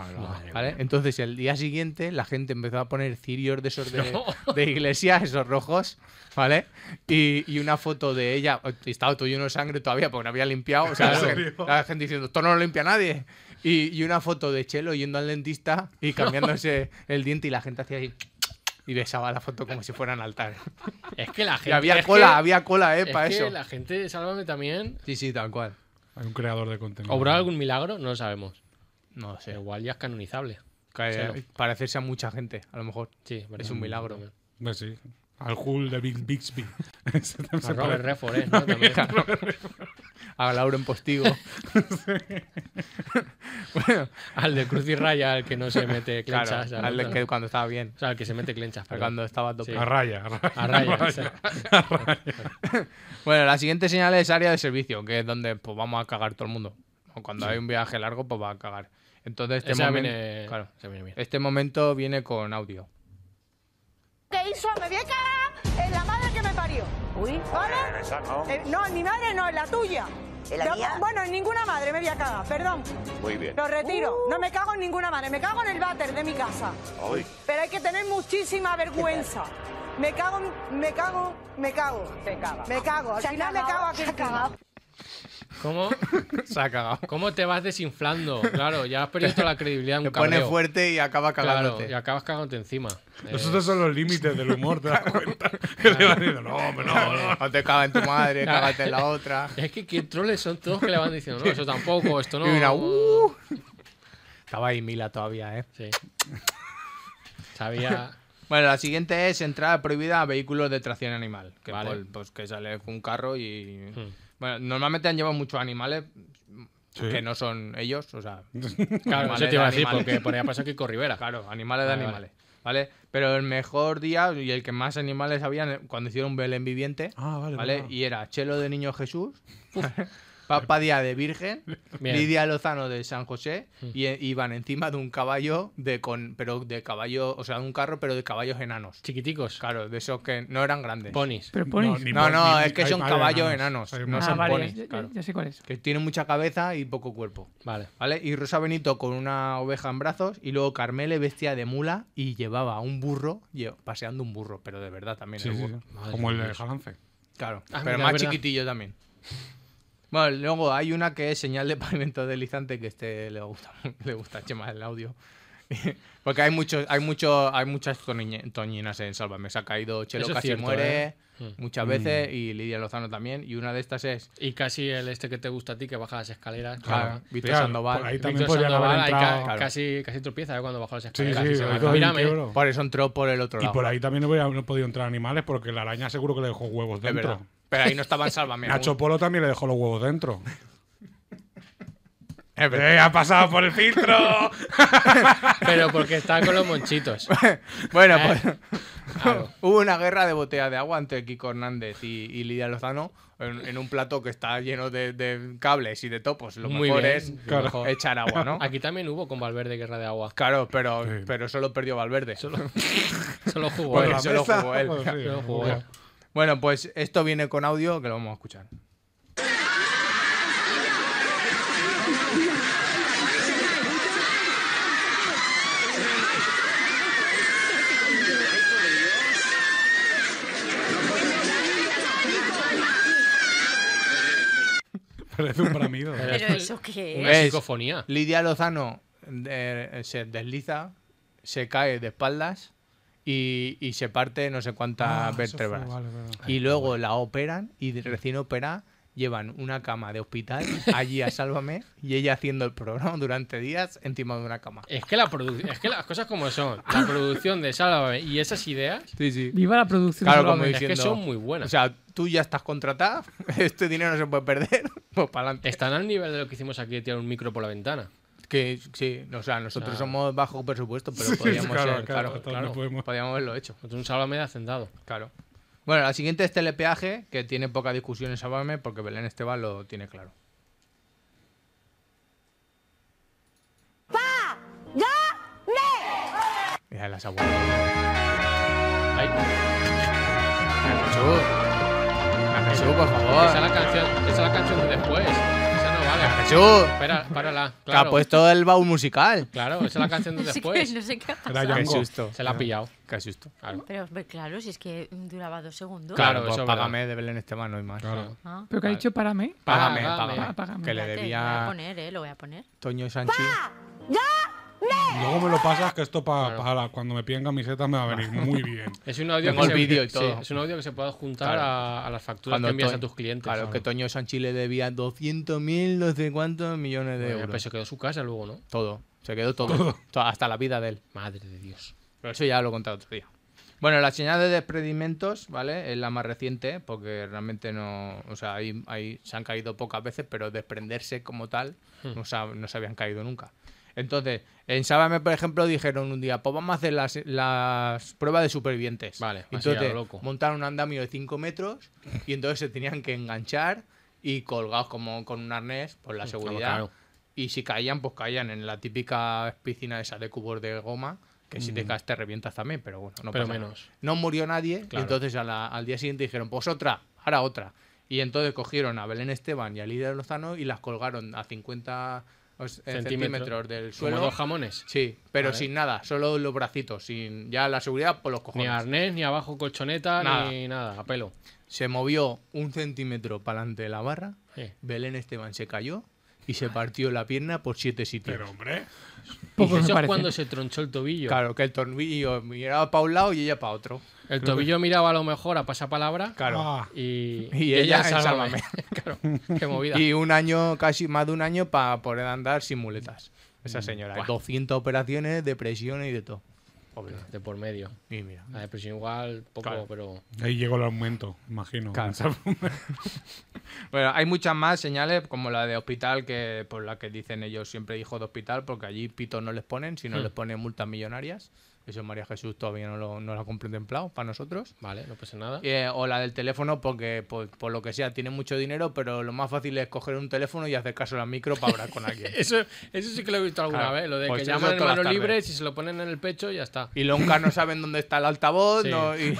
¿Vale? Entonces, el día siguiente, la gente empezó a poner cirios de esos *laughs* de, de iglesia, esos rojos, ¿vale? Y, y una foto de ella, estaba todo lleno de sangre todavía porque no había limpiado. O sea, la, gente, la gente diciendo, esto no lo limpia nadie. Y, y una foto de Chelo yendo al dentista y cambiándose *laughs* el diente y la gente hacía ahí y besaba la foto como si fuera un altar.
Es que la
Y
gente.
había
es
cola,
que-
había cola, eh,
es
para
que
eso.
La gente de Sálvame también.
Sí, sí, tal cual.
Hay un creador de contenido.
¿Obró algún milagro? No lo sabemos.
Mm. No
Pero Igual ya es canonizable. Cero.
sé. Parecerse a mucha gente, a lo mejor.
Sí, verdad.
Es un milagro.
También.
Pues sí. Al Hull de Big Bixby. *laughs* Ese también
A
se
Robert
parece.
Redford,
*laughs*
¿eh? ¿no? También.
A Lauren
*laughs*
Postigo. bueno,
Al de Cruz y Raya, al que no se mete
*laughs* claro,
clenchas. ¿sabes?
al de que cuando estaba bien.
O sea, al que se mete clenchas.
al
perdón.
Cuando Este estaba
Sí.
tope.
A raya. A raya.
A raya.
*laughs*
*laughs* a
sí.
Bueno, la siguiente señal es área de servicio, que es donde pues, vamos a cagar todo el mundo. O Cuando hay un viaje largo, pues va a cagar. Entonces, este,
Esa
momen-
viene-
claro,
esa viene bien.
este momento viene con audio. *laughs*
que hizo me voy a cagar en la madre que me parió. Uy. ¿Vale? Eh, no, en mi madre no, en la tuya.
¿En la
No,
mía?
Bueno, en ninguna madre me voy a cagar, perdón.
Muy bien.
Lo retiro. No me cago en ninguna madre, me cago en el váter de mi casa.
Ay.
Pero hay que tener muchísima vergüenza. Me cago, en- me cago, me cago. Me cago. Al
Se ha
final me
cagado,
cago aquí.
se ha cagado.
¿Cómo,
Se ha cagado.
¿Cómo te vas desinflando? Claro, ya has perdido toda la credibilidad en
Te
un
pone
cabreo.
fuerte y acaba
Claro,
cagándote.
y acabas cagándote encima. Eh,
Esos son los límites del humor,
*laughs*
¿te das cuenta? Que le van diciendo, no, hombre, no, no.
*laughs* O te caga en tu
*laughs*
madre, cágate en la otra.
Es que qué troles son todos que le van diciendo, no, eso tampoco, esto
*laughs*
no.
Y una, "Uh". Estaba ahí Mila todavía, ¿eh?
Sí. Sabía.
Bueno, la siguiente es entrada prohibida a vehículos de tracción animal. Que,
Vale.
pues, pues que sale un carro y.
Hmm.
Bueno, normalmente han llevado muchos animales
Sí.
que no son ellos, o
*laughs*
sea.
Claro, eso
animales
te iba a
de
decir,
animales.
porque por ahí pasó Kiko Rivera.
Claro, animales de
Vale, vale.
animales. ¿Vale? Pero el mejor día y el que más animales habían eh, cuando hicieron un Belén viviente.
Ah, vale,
¿Vale?
verdad.
Y era Chelo de Niño Jesús, *laughs* Papa Día de Virgen,
*laughs* Bien. Hmm.
Lidia Lozano de San José, y e- iban encima de un caballo, de con, pero de caballo, o sea, de un carro, pero de caballos enanos.
Chiquiticos.
Claro, de esos que no eran grandes.
Ponis.
Pero pones.
ni
No, no,
ni-
es que
hay
son
varios
caballos enanos,
Hay
no
más
ah,
son
vale,
ponis,
ya- ya,
claro.
ya sé cuál es.
Que tienen mucha cabeza y poco cuerpo.
Vale.
¿Vale? Y Rosa Benito con una oveja en brazos y luego Carmele vestía de mula y llevaba un burro, lle- paseando un burro, pero de verdad también.
Sí,
el
sí,
burro.
sí.
Madre
Como el de
mía.
Jalance.
Claro,
Ah,
pero
mira,
más
verdad.
chiquitillo también. Bueno, luego hay una que es señal de pavimento deslizante que este le gusta, *laughs* le gusta a Chema el audio. *laughs* Porque hay muchos, hay mucho, hay muchas toñi- toñinas en Sálvame. Se ha caído Chelo
Eso es
casi
cierto,
muere
¿eh? Mm.
muchas veces y Lidia Lozano también. Y una de estas es
Y casi el este que te gusta a ti, que baja las escaleras.
claro, Víctor
Claro,
Sandoval.
por ahí
Víctor
también podrían haber
Sandoval, ahí ca-
entrado.
casi, casi tropieza ¿eh? cuando bajó las
Sí,
escaleras.
sí,
y se
ahí
marca.
todo el
Mírame.
quiebro.
Por eso entró por el otro
Y
lado.
por ahí también hubiera- no he podido entrar animales porque la araña seguro que le dejó huevos
Es
dentro.
verdad. Pero ahí no estaban Sálvame. aún.
*laughs* Nacho Polo también le dejó los
*laughs*
huevos dentro.
Es verdad.
¡Eh, ha pasado por
*laughs*
el filtro!
Pero porque está con los
*laughs*
monchitos.
Bueno,
Eh,
pues.
claro.
Hubo una guerra de botella de agua entre Kiko Hernández y, y Lidia Lozano en, en un plato que está lleno de, de cables y de topos. Lo
Muy
mejor
bien,
es
lo Claro. mejor.
echar agua, ¿no?
*laughs* Aquí también hubo con Valverde Guerra de Agua.
Claro, pero,
Sí.
pero solo perdió Valverde.
Solo jugó
Por
él.
la
Eso
Solo Pues jugó él.
Solo jugó él.
*laughs* Bueno, pues esto viene con audio que lo vamos a escuchar.
Parece
*laughs*
un bramido.
Pero eso *laughs* que
Una
Es-
psicofonía.
Lidia Lozano eh, se desliza, se cae de espaldas y, y se parte no sé cuántas
Ah, eso fue,
vértebras.
vale, verdad.
Y luego la operan y de- recién operada llevan una cama de
*laughs*
hospital allí a Sálvame y ella haciendo el programa durante días encima de una cama.
Es que, la produ- es que las cosas como son. La producción de Sálvame y esas ideas
Sí, sí.
Viva la producción.
Claro, como
Sálvame.
es que
diciendo-
son muy buenas.
O sea, tú ya estás contratada, *laughs* este dinero no se puede perder, *laughs* pues para adelante.
Están al nivel de lo que hicimos aquí de tirar un micro por la ventana.
Que sí, o sea, nosotros
Ah.
somos bajo presupuesto, pero
Sí,
podríamos
claro,
ser,
claro,
claro,
total, no podemos.
podríamos haberlo hecho.
Nosotros un Sálvame de hacendado.
Claro. Bueno, la siguiente es telepeaje, que tiene poca discusión en Sálvame, porque Belén Esteban lo tiene claro. Mira las abuelas.
Ay,
Jesús. Jesús, por
esa es
favor.
la canción, esa es la canción de después. Esa no vale.
Jesús.
Espera, párala.
Que ha
Claro,
puesto el baúl musical.
claro, esa es la canción
*laughs*
de
no sé,
después.
qué, no sé qué ha
Era
pasado.
Qué
Django.
susto.
Se la ha pillado.
Qué susto.
Claro.
Pero hombre, claro, si es que duraba dos segundos.
Claro,
Claro, pues
eso es
págame de Belén Esteban, no hay más.
Claro.
Ah,
Pero que ha dicho para mí.
Págame,
Págame.
págame.
Págame.
Que le
espérate, Lo voy a
debía
poner, eh, lo voy a poner.
Toño Sanchi.
Luego me lo pasas que esto para cuando me piden camisetas me va a venir
*laughs*
muy bien.
Es un audio,
Tengo
que
el
se-
vídeo y
sí,
todo.
es un audio que se puede adjuntar
Claro.
a, a las facturas
Cuando
que envías
Toño-
a tus clientes.
Claro, que Toño Sanchi le debía 200.000, no sé cuántos millones de euros.
Pues se quedó su casa luego, ¿no?
Todo. Se quedó todo. To- Hasta la vida de él.
Madre de Dios.
Pero eso ya lo he contado otro día. Bueno, la señal de despedimentos, ¿vale? Es la más reciente, porque realmente no. O sea, ahí, ahí se han caído pocas veces, pero desprenderse como tal
Hmm.
no, se- no se habían caído nunca. Entonces, en Sábame, por ejemplo, dijeron un día: Pues vamos a hacer las, las pruebas de supervivientes.
Vale, así a lo
entonces
loco.
montaron un andamio de 5 metros y entonces se tenían que enganchar y colgados como con un arnés por la
claro,
seguridad.
Hmm, claro.
Y si caían, pues caían en la típica piscina esa de cubos de goma, que si te caes te revientas también, pero bueno, no
Mm. Pero
pasa nada.
menos.
No murió nadie, y
Claro.
entonces a la- al día siguiente dijeron, pues otra, ahora otra. Y entonces cogieron a Belén Esteban y a Lidia Lozano y las colgaron a 50 os- eh,
Centímetro.
centímetros del
Como
suelo.
dos jamones.
Sí, pero
Vale.
sin nada, solo los bracitos, sin ya la seguridad por los
Ni
cojones.
arnés, ni abajo colchoneta,
Nada.
ni nada. A pelo.
Se movió un centímetro para adelante de la barra,
Sí.
Belén Esteban se cayó y se partió la pierna por siete sitios.
Pero hombre,
Pocos me
Eso es
parecen.
cuando se tronchó el tobillo.
Claro, que el tornillo miraba para un lado y ella para otro.
El tobillo miraba a lo mejor a pasapalabra.
Claro.
ah,
Y,
*laughs* Y ella en Sálvame.
*laughs* claro, qué movida.
Y un año, casi más de un año, para poder andar sin muletas. Esa señora. 200 operaciones, depresión y de todo. Pobre.
De por medio.
Y mira.
La depresión igual, poco,
Claro.
pero.
ahí llegó el aumento, imagino.
Claro.
*laughs*
Bueno, hay muchas más señales, como la de hospital, que por la que dicen ellos siempre hijo de hospital, porque allí pitos no les ponen, sino
Hmm.
les ponen multas millonarias. Eso María Jesús todavía no lo, no lo ha contemplado para nosotros.
Vale, no pasa nada.
Eh, o la del teléfono, porque por, por lo que sea, tiene mucho dinero, pero lo más fácil es coger un teléfono y hacer caso a la micro para hablar con alguien.
Eso, eso sí que lo he visto alguna
Claro,
vez, lo de
pues
que
eso
llaman en
todas las
manos
tardes.
libres y se lo ponen en el pecho y ya está.
Y Lonca no saben dónde está el altavoz,
Sí.
no,
*laughs*
y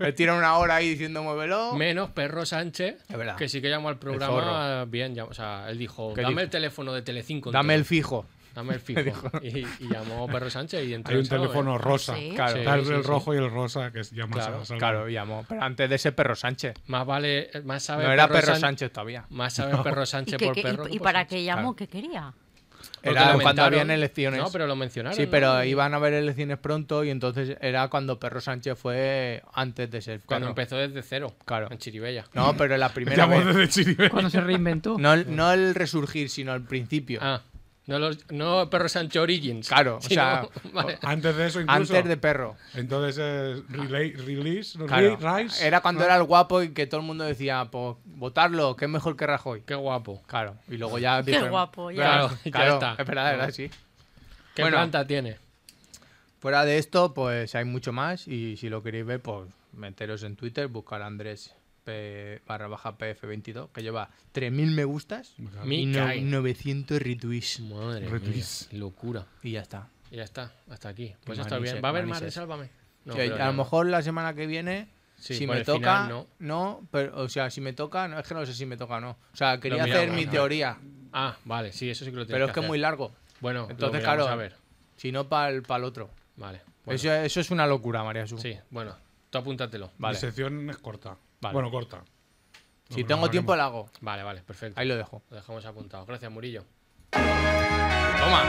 le tiran una hora ahí diciendo muévelo.
Menos Perro Sánchez,
Es verdad.
que sí que llamó al programa bien, ya- o sea, él dijo,
¿Qué
dame
dijo?
el teléfono de Telecinco.
Dame el
entero,
fijo. *laughs*
dame el fijo. y, y llamó Perro Sánchez y entró
Hay un
el sábado,
teléfono
¿eh?
rosa.
Sí.
Claro,
Sí.
Está el rojo y el rosa que se llama
claro,
Salva. *laughs*
claro, llamó. Pero antes de ese perro Sánchez.
Más vale, más
No
sabe
era
Perro
perro
San-
Sánchez todavía.
Más sabe Perro
¿Y,
Sánchez
qué-
por
qué- y-
perro. que
y
por
para
Sánchez.
qué llamó? ¿Qué quería?
Porque
Era
lo
cuando
comentaron.
habían elecciones.
No, pero lo mencionaron.
Sí,
¿no?
pero iban a haber elecciones pronto y entonces era cuando Perro Sánchez fue antes de ser
Cuando
perro.
empezó desde cero.
Claro.
En Chiribella.
No, pero la
*laughs*
primera
Llamó
vez.
desde Chiribé.
Cuando se reinventó.
No, el- no el resurgir, sino al principio.
Ah, no, los, no Perro Sánchez Origins. *laughs*
Claro, o
sino-
sea,
vale.
*laughs* Antes de eso, incluso.
Antes de perro.
Entonces es relay- release, no,
Claro.
re- rise.
Era cuando era el guapo y que todo el mundo decía, pues votarlo, que es mejor que Rajoy.
Qué guapo.
Claro, y luego ya.
Qué
dijeron-
guapo, ya.
Claro, *laughs* ya
claro,
está.
Es verdad, es verdad, sí.
¿Qué
Bueno.
planta tiene?
Fuera de esto, pues hay mucho más. Y si lo queréis ver, pues meteros en Twitter, buscar a Andrés P- barra baja PF22, que lleva 3.000 me gustas y
Mi
no-
cae.
900 retweets.
Madre
Retuits.
mía, locura.
Y ya está.
Y ya está, hasta aquí.
Qué
Pues está
manises,
bien. ¿Va a haber más
manises.
de Sálvame? No,
Que
creo
a
que
lo
no.
mejor la semana que viene,
Sí,
si
por
me
el
toca,
final,
no.
no.
pero, o sea, si me toca, no, es que no sé si me toca o no. O sea, quería
miramos,
hacer mi
¿no?
teoría,
Ah, vale, sí, eso sí que lo tienes
pero es que es
hacer.
muy largo.
Bueno,
Entonces,
entonces,
claro,
claro. A ver.
si no, para el, otro.
Vale. bueno,
Eso, eso es una locura, María Jesús.
Sí, bueno, tú apúntatelo.
Vale.
Mi sección es corta.
Vale.
Bueno, corta.
Si
Bueno,
tengo
hablemos.
tiempo, la hago.
Vale, vale, perfecto.
Ahí lo dejo.
Lo dejamos apuntado. Gracias, Murillo.
Toma.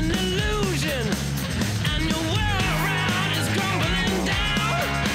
Illusion, and your world around is crumbling down.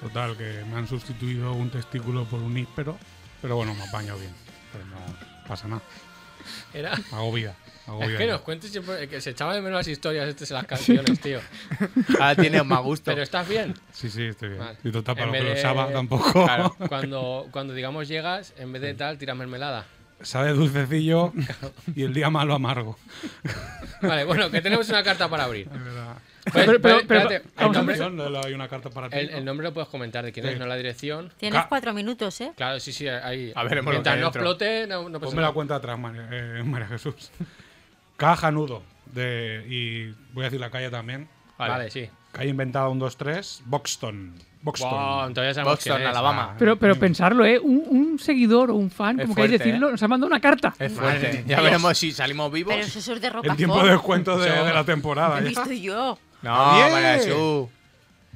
Total, que me han sustituido un testículo por un íspero, pero bueno, me apaño bien. Pero no pasa nada.
Era-
Hago vida.
*laughs*
Hago
Es
vida
que
yo.
nos cuentes siempre que se echaba de menos las historias estas en
*laughs*
las canciones, tío. *laughs*
Ahora tiene más gusto.
Pero estás bien.
Sí, sí, estoy bien.
Vale.
Y total, para
En
lo
vez
que lo
de-
Saba tampoco. *laughs*
Claro, cuando, cuando digamos llegas, en vez de tal, tiras mermelada.
Sabe dulcecillo y el día malo amargo.
Vale, bueno, que tenemos una carta para abrir.
Es verdad.
Pues,
Pero- pero-
espérate,
pero-
espérate,
vamos
*laughs*
a
el, nombre,
Son, no, no, Hay una carta para ti.
el-
¿no?
el nombre lo puedes comentar de quién es,
Sí.
no la dirección.
Tienes
Ca-
cuatro minutos, ¿eh?
Claro, sí, sí, ahí.
A veremos lo que
Mientras
hay
no
dentro.
explote, no, no pasa
Ponme la
nada.
cuenta atrás, María, eh, María Jesús. Caja Nudo. De, y voy a decir la calle también.
Vale, sí.
Calle inventada 1, 2, 3. Boxton. Boxton.
Wow, todavía sabemos ah.
Boston,
quién es.
Alabama.
Pero, pero pensarlo, ¿eh? Un, un seguidor o un fan,
Es
como
fuerte, ¿eh?
queréis decirlo, nos ha mandado una carta.
Es fuerte. Ya veremos si salimos vivos.
Pero eso es de ropa
El tiempo de descuento de,
Yo-
de la temporada.
He
ya.
visto yo.
No,
¡Bien!
María Jesús.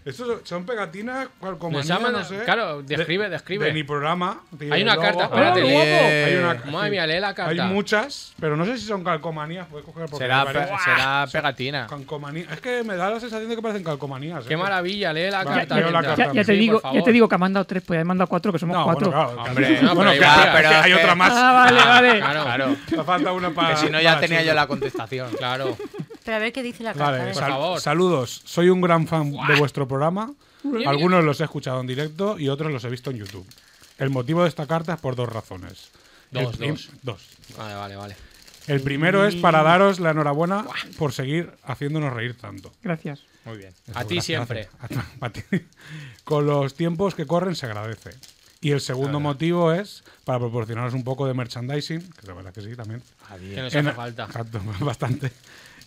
Eso son pegatinas, cual como
Nos
anillo,
llaman-
no sé.
claro,
De-
describe, describe.
De mi programa. tiene
Hay una
el
carta,
logo.
espérate.
Guapo.
Hay una
Bien.
carta.
Madre mía, lee la carta.
Hay muchas, pero no sé si son calcomanías. Puedes coger porque
Será,
me parece-
pe- será Ah, pegatina.
Calcomanías. Es que me da la sensación de que parecen calcomanías.
Qué
¿eh?
maravilla, lee la
Vale,
carta.
leo la
mientras.
carta.
Ya, ya te
Sí,
digo,
por
ya te
favor.
digo que ha mandado tres, pues ya he mandado cuatro, que somos
No,
cuatro.
bueno, claro,
Hombre,
No, pero
bueno, que-
igual-
que
pero
hay
es que-
otra más.
Ah, vale, vale.
Claro,
Claro.
Me falta una
*laughs*
para.
Que si no, ya
para
tenía
Chulo.
yo la contestación.
claro.
Pero a ver qué dice la carta. a
Vale, pues.
ver.
sal-
favor.
saludos. Soy un gran fan de vuestro programa. Algunos los he escuchado en directo y otros los he visto en YouTube. El motivo de esta carta es por dos razones. El
Dos,
prim-
dos. Mm.
dos.
Vale, vale, vale.
El primero es para daros la enhorabuena por seguir haciéndonos reír tanto.
Gracias.
Muy bien.
A ti siempre.
Gracias. A ti. Con los tiempos que corren se agradece. Y el segundo motivo es para proporcionaros un poco de merchandising, que la verdad que sí también.
Que nos
En-
hace falta.
Exacto, *laughs* bastante.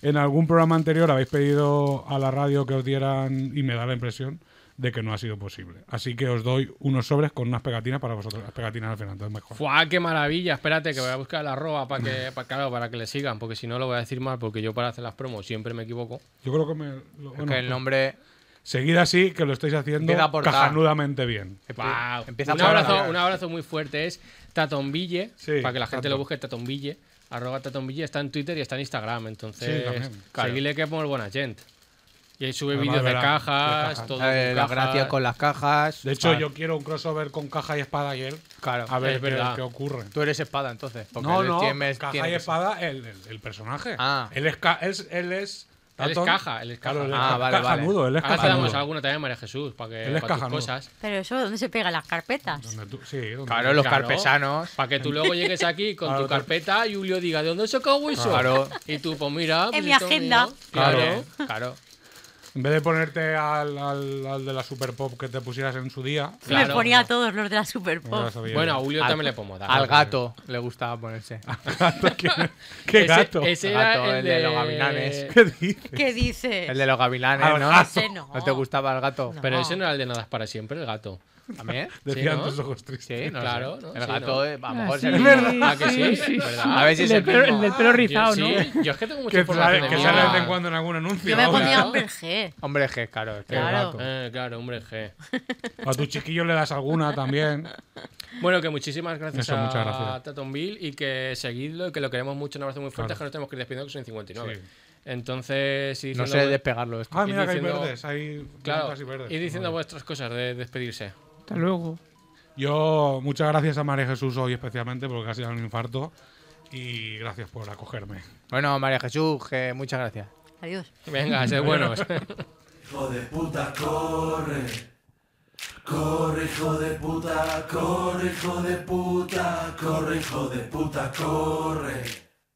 En algún programa anterior habéis pedido a la radio que os dieran y me da la impresión de que no ha sido posible. Así que os doy unos sobres con unas pegatinas para vosotros. Las pegatinas al final, entonces mejor.
Fuá, qué maravilla. Espérate, que voy a buscar la arroba para que, pa- claro, para que le sigan, porque si no lo voy a decir mal, porque yo para hacer las promos siempre me equivoco.
Yo creo que me. lo-
Es
bueno,
que el nombre.
Seguid así, que lo estáis haciendo
Empieza por ta.
cajanudamente bien.
Guau.
Empieza
un,
por
abrazo,
ahora.
un abrazo muy fuerte. Es Tatonville,
Sí,
para que la gente
Tato.
lo busque, Tatonville. Arroba Tatonville está en Twitter y está en Instagram, entonces
Sí, también,
claro.
seguidle que es muy buena gente. Y ahí sube
Además,
vídeos de
verá, de
cajas,
cajas.
todo.
eh,
con
las
cajas.
gracias con las cajas.
De hecho,
Ah,
yo quiero un crossover con caja y espada ayer.
Claro.
A ver
es
qué,
verdad.
qué ocurre.
Tú eres espada entonces. Porque
No,
él
no,
tiene-
caja
tiene
y
que-
espada, el, el- el personaje.
Ah.
Él es. ca- Él es, él es,
Él es
Tato-
caja, él es caja.
Claro, él es
Ah,
ca-
vale, vale.
cajanudo, él es
Ahora te damos
cajanudo.
alguna también, María Jesús, para que
Él es
para tus
cajanudo.
cosas.
Pero eso, ¿dónde se pegan las carpetas?
Donde tú- sí, donde-
Claro, los
Claro.
carpesanos.
Para que tú luego llegues aquí con tu carpeta y Julio diga, ¿de dónde he sacado eso?
Claro.
Y tú, pues mira. pues
mi
esto es
agenda.
mío.
Claro. Claro.
En vez de ponerte al, al- al de la Super Pop que te pusieras en su día.
Sí,
Claro.
me ponía a todos los de la Super
no lo
Pop.
sabía
Oh, Bueno, a
yo.
Julio
Al-
también le podemos dar.
Al gato le gustaba ponerse.
¿Qué, *laughs* qué
Ese-
gato?
Ese era
Gato,
el,
el de los gavilanes.
*laughs* ¿Qué dices?
¿Qué dice?
*laughs* El de los gavilanes,
Al
¿no?
gato.
Ese no.
¿No te gustaba el gato?
Pero ese no era el de nada es para siempre, el gato.
¿También?
Decían
¿no?
tus ojos tristes.
Sí, no
Claro,
sé.
¿no?
El
Sí,
gato,
¿no?
eh, a lo mejor
Ah,
es el
sí,
mismo.
sí,
*laughs*
¿A que sí?
sí, sí.
¿Verdad?
A ver si
El
es
del
el
pelo,
mismo.
el del pelo rizado,
yo,
¿no?
Pues sí, yo es que tengo mucha
Que sale,
información.
que
de
sale de
mí.
vez en cuando en algún anuncio.
Yo me
¿no?
ponía
Claro.
Amber G.
Hombre, es que claro, es que
Claro.
Eh, claro, hombre, G.
A tu chiquillo le das
*laughs*
alguna también.
Bueno, que muchísimas gracias
Eso,
a
muchas gracias.
Tatonville y que seguidlo y que lo queremos mucho. Un abrazo muy fuerte,
Claro.
que nos tenemos que ir despidiendo, que son 59.
Sí.
Entonces, si
no
diciendo-
sé despegarlo esto.
Ah,
Y
mira que hay
diciendo-
verdes. Hay
Claro,
blancas y verdes.
y diciendo pues-
Vale.
vuestras cosas de despedirse.
Hasta luego.
Yo, muchas gracias a María Jesús hoy especialmente porque ha sido un infarto. Y gracias por acogerme.
Bueno, María Jesús, que muchas gracias.
Adiós.
Venga,
*laughs*
sed buenos.
Hijo de puta, corre. Corre, hijo de puta, corre, hijo de puta, corre, hijo de puta, corre.